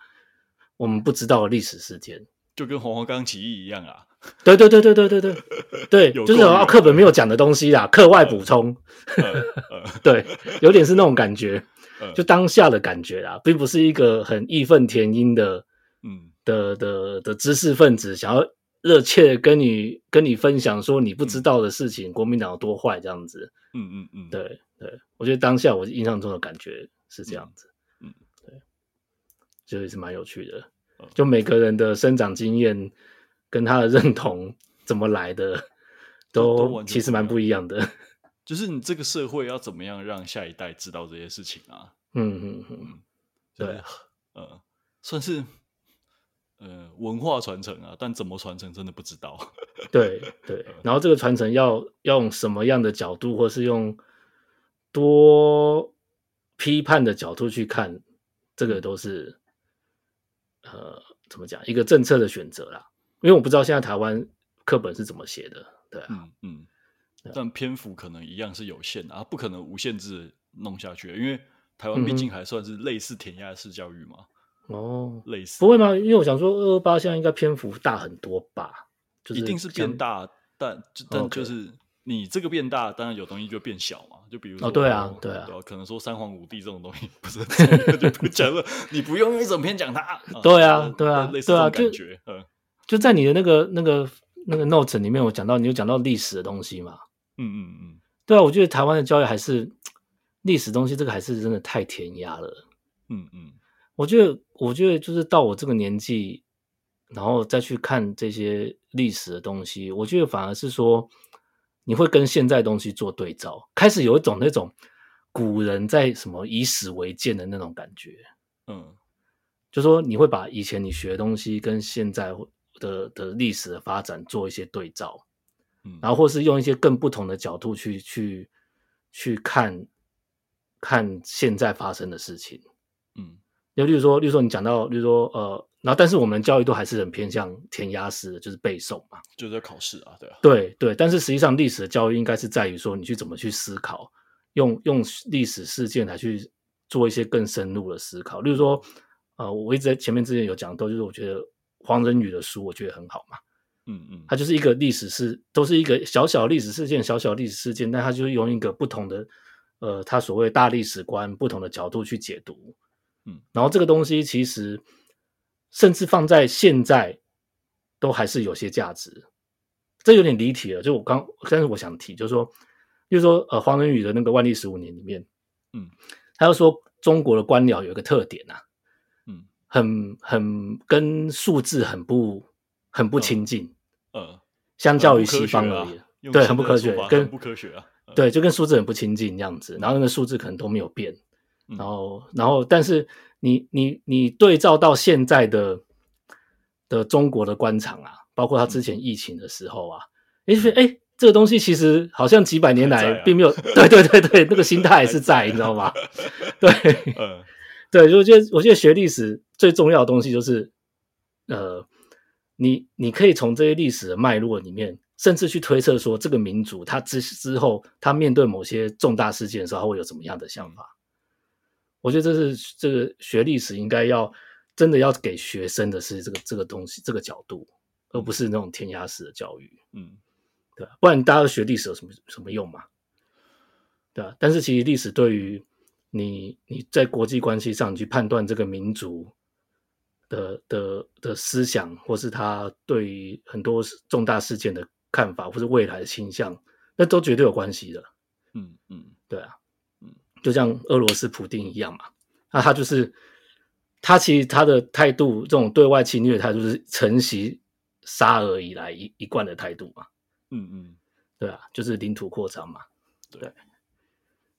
[SPEAKER 2] 我们不知道的历史事件。
[SPEAKER 1] 就跟黄花岗起义一样 啊，
[SPEAKER 2] 对对对对对对对 对，
[SPEAKER 1] 有
[SPEAKER 2] 就是
[SPEAKER 1] 够
[SPEAKER 2] 有啊
[SPEAKER 1] 远嗯
[SPEAKER 2] 课本没有讲的东西啦，课外补充，
[SPEAKER 1] 呃呃
[SPEAKER 2] 对，有点是那种感觉，
[SPEAKER 1] 呃
[SPEAKER 2] 就当下的感觉啦，并不是一个很义愤填膺的
[SPEAKER 1] 嗯
[SPEAKER 2] 的的的知识分子想要热切地跟你跟你分享说你不知道的事情，国民党有多坏这样子。
[SPEAKER 1] 嗯嗯嗯，
[SPEAKER 2] 对对，我觉得当下我印象中的感觉是这样子。
[SPEAKER 1] 嗯嗯，
[SPEAKER 2] 对，就也是蛮有趣的
[SPEAKER 1] 嗯。
[SPEAKER 2] 就每个人的生长经验跟他的认同怎么来的，
[SPEAKER 1] 都都
[SPEAKER 2] 都
[SPEAKER 1] 完全
[SPEAKER 2] 其实蛮
[SPEAKER 1] 不
[SPEAKER 2] 不一样的。
[SPEAKER 1] 就是你这个社会要怎么样让下一代知道这些事情啊？
[SPEAKER 2] 嗯嗯嗯，
[SPEAKER 1] 就是
[SPEAKER 2] 对，
[SPEAKER 1] 呃，算是呃文化传承啊，但怎么传承真的不知道。
[SPEAKER 2] 对对。
[SPEAKER 1] 嗯
[SPEAKER 2] 然后这个传承要要用什么样的角度，或是用多批判的角度去看，这
[SPEAKER 1] 嗯
[SPEAKER 2] 个都是呃怎么讲一个政策的选择啦。因为我不知道现在台湾课本是怎么写的，对啊，啊
[SPEAKER 1] 嗯嗯，但篇幅可能一样是有限的啊，不可能无限制地弄下去，因为台湾毕
[SPEAKER 2] 嗯哼
[SPEAKER 1] 竟还算是类似填鸭式教育嘛，
[SPEAKER 2] 哦，
[SPEAKER 1] 类似
[SPEAKER 2] 不会吗？因为我想说二二八现在应该篇幅大很多吧，就是
[SPEAKER 1] 一定是
[SPEAKER 2] 像
[SPEAKER 1] 变大，但就但
[SPEAKER 2] OK
[SPEAKER 1] 就是你这个变大，当然有东西就变小嘛。就比如说，
[SPEAKER 2] 哦对啊对啊
[SPEAKER 1] 可能说三皇五帝这种东西不是这种就不讲了，你不用一整篇讲它。啊
[SPEAKER 2] 对啊
[SPEAKER 1] 就是
[SPEAKER 2] 对啊
[SPEAKER 1] 类似
[SPEAKER 2] 对啊
[SPEAKER 1] 这种
[SPEAKER 2] 就
[SPEAKER 1] 感觉，嗯
[SPEAKER 2] 就在你的那个那个那个 note 里面，我讲到你有讲到历史的东西嘛，
[SPEAKER 1] 嗯嗯
[SPEAKER 2] 对啊，我觉得台湾的教育还是历史东西，这个还是真的太填鸭了。
[SPEAKER 1] 嗯嗯嗯，
[SPEAKER 2] 我觉得，我觉得就是到我这个年纪，然后再去看这些历史的东西，我觉得反而是说，你会跟现在的东西做对照，开始有一种那种古人在什么以史为鉴的那种感觉，
[SPEAKER 1] 嗯
[SPEAKER 2] 就说你会把以前你学的东西跟现在的的历史的发展做一些对照。
[SPEAKER 1] 嗯，
[SPEAKER 2] 然后或是用一些更不同的角度去去去看看现在发生的事情。
[SPEAKER 1] 嗯
[SPEAKER 2] 就例如说，例如说你讲到，例如说呃，然后但是我们的教育都还是很偏向填鸭式的，就是背诵嘛。
[SPEAKER 1] 就是要考试啊，对啊，
[SPEAKER 2] 对对，但是实际上历史的教育应该是在于说你去怎么去思考，用用历史事件来去做一些更深入的思考。例如说，呃，我一直在前面之前有讲到，就是我觉得黄仁宇的书我觉得很好嘛。
[SPEAKER 1] 嗯嗯
[SPEAKER 2] 它就是一个历史事，都是一个小小历史事件，小小历史事件，但它就是用一个不同的，呃，它所谓大历史观不同的角度去解读，
[SPEAKER 1] 嗯，
[SPEAKER 2] 然后这个东西其实甚至放在现在都还是有些价值，这有点离题了。就我刚，但是我想提，就是说，就是说，呃，黄仁宇的那个《万历十五年》里面，
[SPEAKER 1] 嗯，
[SPEAKER 2] 他就说中国的官僚有一个特点啊，
[SPEAKER 1] 嗯
[SPEAKER 2] 很很跟数字很不很
[SPEAKER 1] 嗯
[SPEAKER 2] 不亲近。
[SPEAKER 1] 呃，
[SPEAKER 2] 相较于
[SPEAKER 1] 很不
[SPEAKER 2] 西
[SPEAKER 1] 科学
[SPEAKER 2] 方
[SPEAKER 1] 啊
[SPEAKER 2] 而言，
[SPEAKER 1] 用
[SPEAKER 2] 对，
[SPEAKER 1] 现
[SPEAKER 2] 很不
[SPEAKER 1] 在
[SPEAKER 2] 科
[SPEAKER 1] 的说
[SPEAKER 2] 学
[SPEAKER 1] 法，
[SPEAKER 2] 跟
[SPEAKER 1] 很不科学啊，呃，
[SPEAKER 2] 对，就跟数字很不亲近这样子。然后那个数字可能都没有变，
[SPEAKER 1] 嗯
[SPEAKER 2] 然后然后但是你你你对照到现在的的中国的官场啊，包括他
[SPEAKER 1] 嗯
[SPEAKER 2] 之前疫情的时候啊，你就觉得哎。这个东西其实好像几百年
[SPEAKER 1] 还
[SPEAKER 2] 来
[SPEAKER 1] 在啊
[SPEAKER 2] 并没有， 对对对对，那个心态还是在，
[SPEAKER 1] 还在啊
[SPEAKER 2] 你知道吗？ 对
[SPEAKER 1] 呃
[SPEAKER 2] 对，就我觉得我觉得学历史最重要的东西就是，呃，你你可以从这些历史的脉络里面，甚至去推测说这个民族他之之后他面对某些重大事件的时候，他会有怎么样的想法。我觉得这是这个学历史应该要真的要给学生的是这个这个东西这个角度，而不是那种填鸭式的教育，
[SPEAKER 1] 嗯，
[SPEAKER 2] 对啊吧？不然大家学历史有什么什么用嘛？对啊，但是其实历史对于你你在国际关系上你去判断这个民族的的的思想，或是他对于很多事重大事件的看法，或是未来的倾向，那都绝对有关系的。
[SPEAKER 1] 嗯嗯
[SPEAKER 2] 对啊
[SPEAKER 1] 嗯，
[SPEAKER 2] 就像俄罗斯普丁一样嘛，那他就是他其实他的态度，这种对外侵略的态度是承袭沙俄以来一一贯的态度嘛，
[SPEAKER 1] 嗯嗯，
[SPEAKER 2] 对啊，就是领土扩张嘛，
[SPEAKER 1] 对
[SPEAKER 2] 对，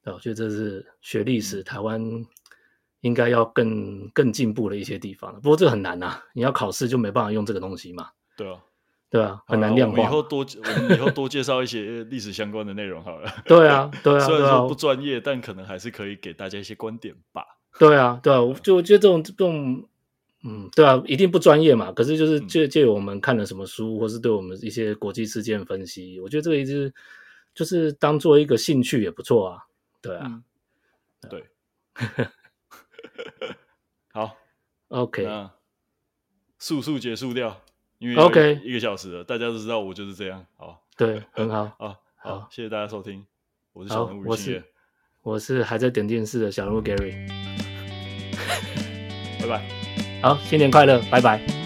[SPEAKER 2] 对，我觉得这是学历史
[SPEAKER 1] 嗯
[SPEAKER 2] 台湾应该要更更进步的一些地方了，不过这个很难呐、你要考试就没办法用这个东西嘛，
[SPEAKER 1] 对啊，
[SPEAKER 2] 对啊，很
[SPEAKER 1] 好啦
[SPEAKER 2] 难量
[SPEAKER 1] 我们
[SPEAKER 2] 化
[SPEAKER 1] 以后
[SPEAKER 2] 嘛，
[SPEAKER 1] 多，我们以后多介绍一些历史相关的内容好了。
[SPEAKER 2] 对啊，对啊，
[SPEAKER 1] 虽
[SPEAKER 2] 对
[SPEAKER 1] 然
[SPEAKER 2] 啊
[SPEAKER 1] 说不专业，但可能还是可以给大家一些观点吧。
[SPEAKER 2] 对啊，对啊，我就我觉得这种这种，嗯，对啊，一定不专业嘛。可是就是
[SPEAKER 1] 嗯
[SPEAKER 2] 借借由我们看了什么书，或是对我们一些国际事件分析，我觉得这个一直就是当做一个兴趣也不错啊。对啊，
[SPEAKER 1] 嗯，对，好，
[SPEAKER 2] OK，
[SPEAKER 1] 那速速结束掉，因为
[SPEAKER 2] OK
[SPEAKER 1] 一个小时了，大家都知道我就是这样。好，
[SPEAKER 2] 对，很好。
[SPEAKER 1] 啊，
[SPEAKER 2] 好
[SPEAKER 1] 好，谢谢大家收听，我是小
[SPEAKER 2] 好
[SPEAKER 1] 人，物
[SPEAKER 2] 我
[SPEAKER 1] 雨欣
[SPEAKER 2] 是
[SPEAKER 1] 月，嗯
[SPEAKER 2] 我是还在点电视的小人物 Gary。
[SPEAKER 1] 拜拜。
[SPEAKER 2] 好，新年快乐，拜拜。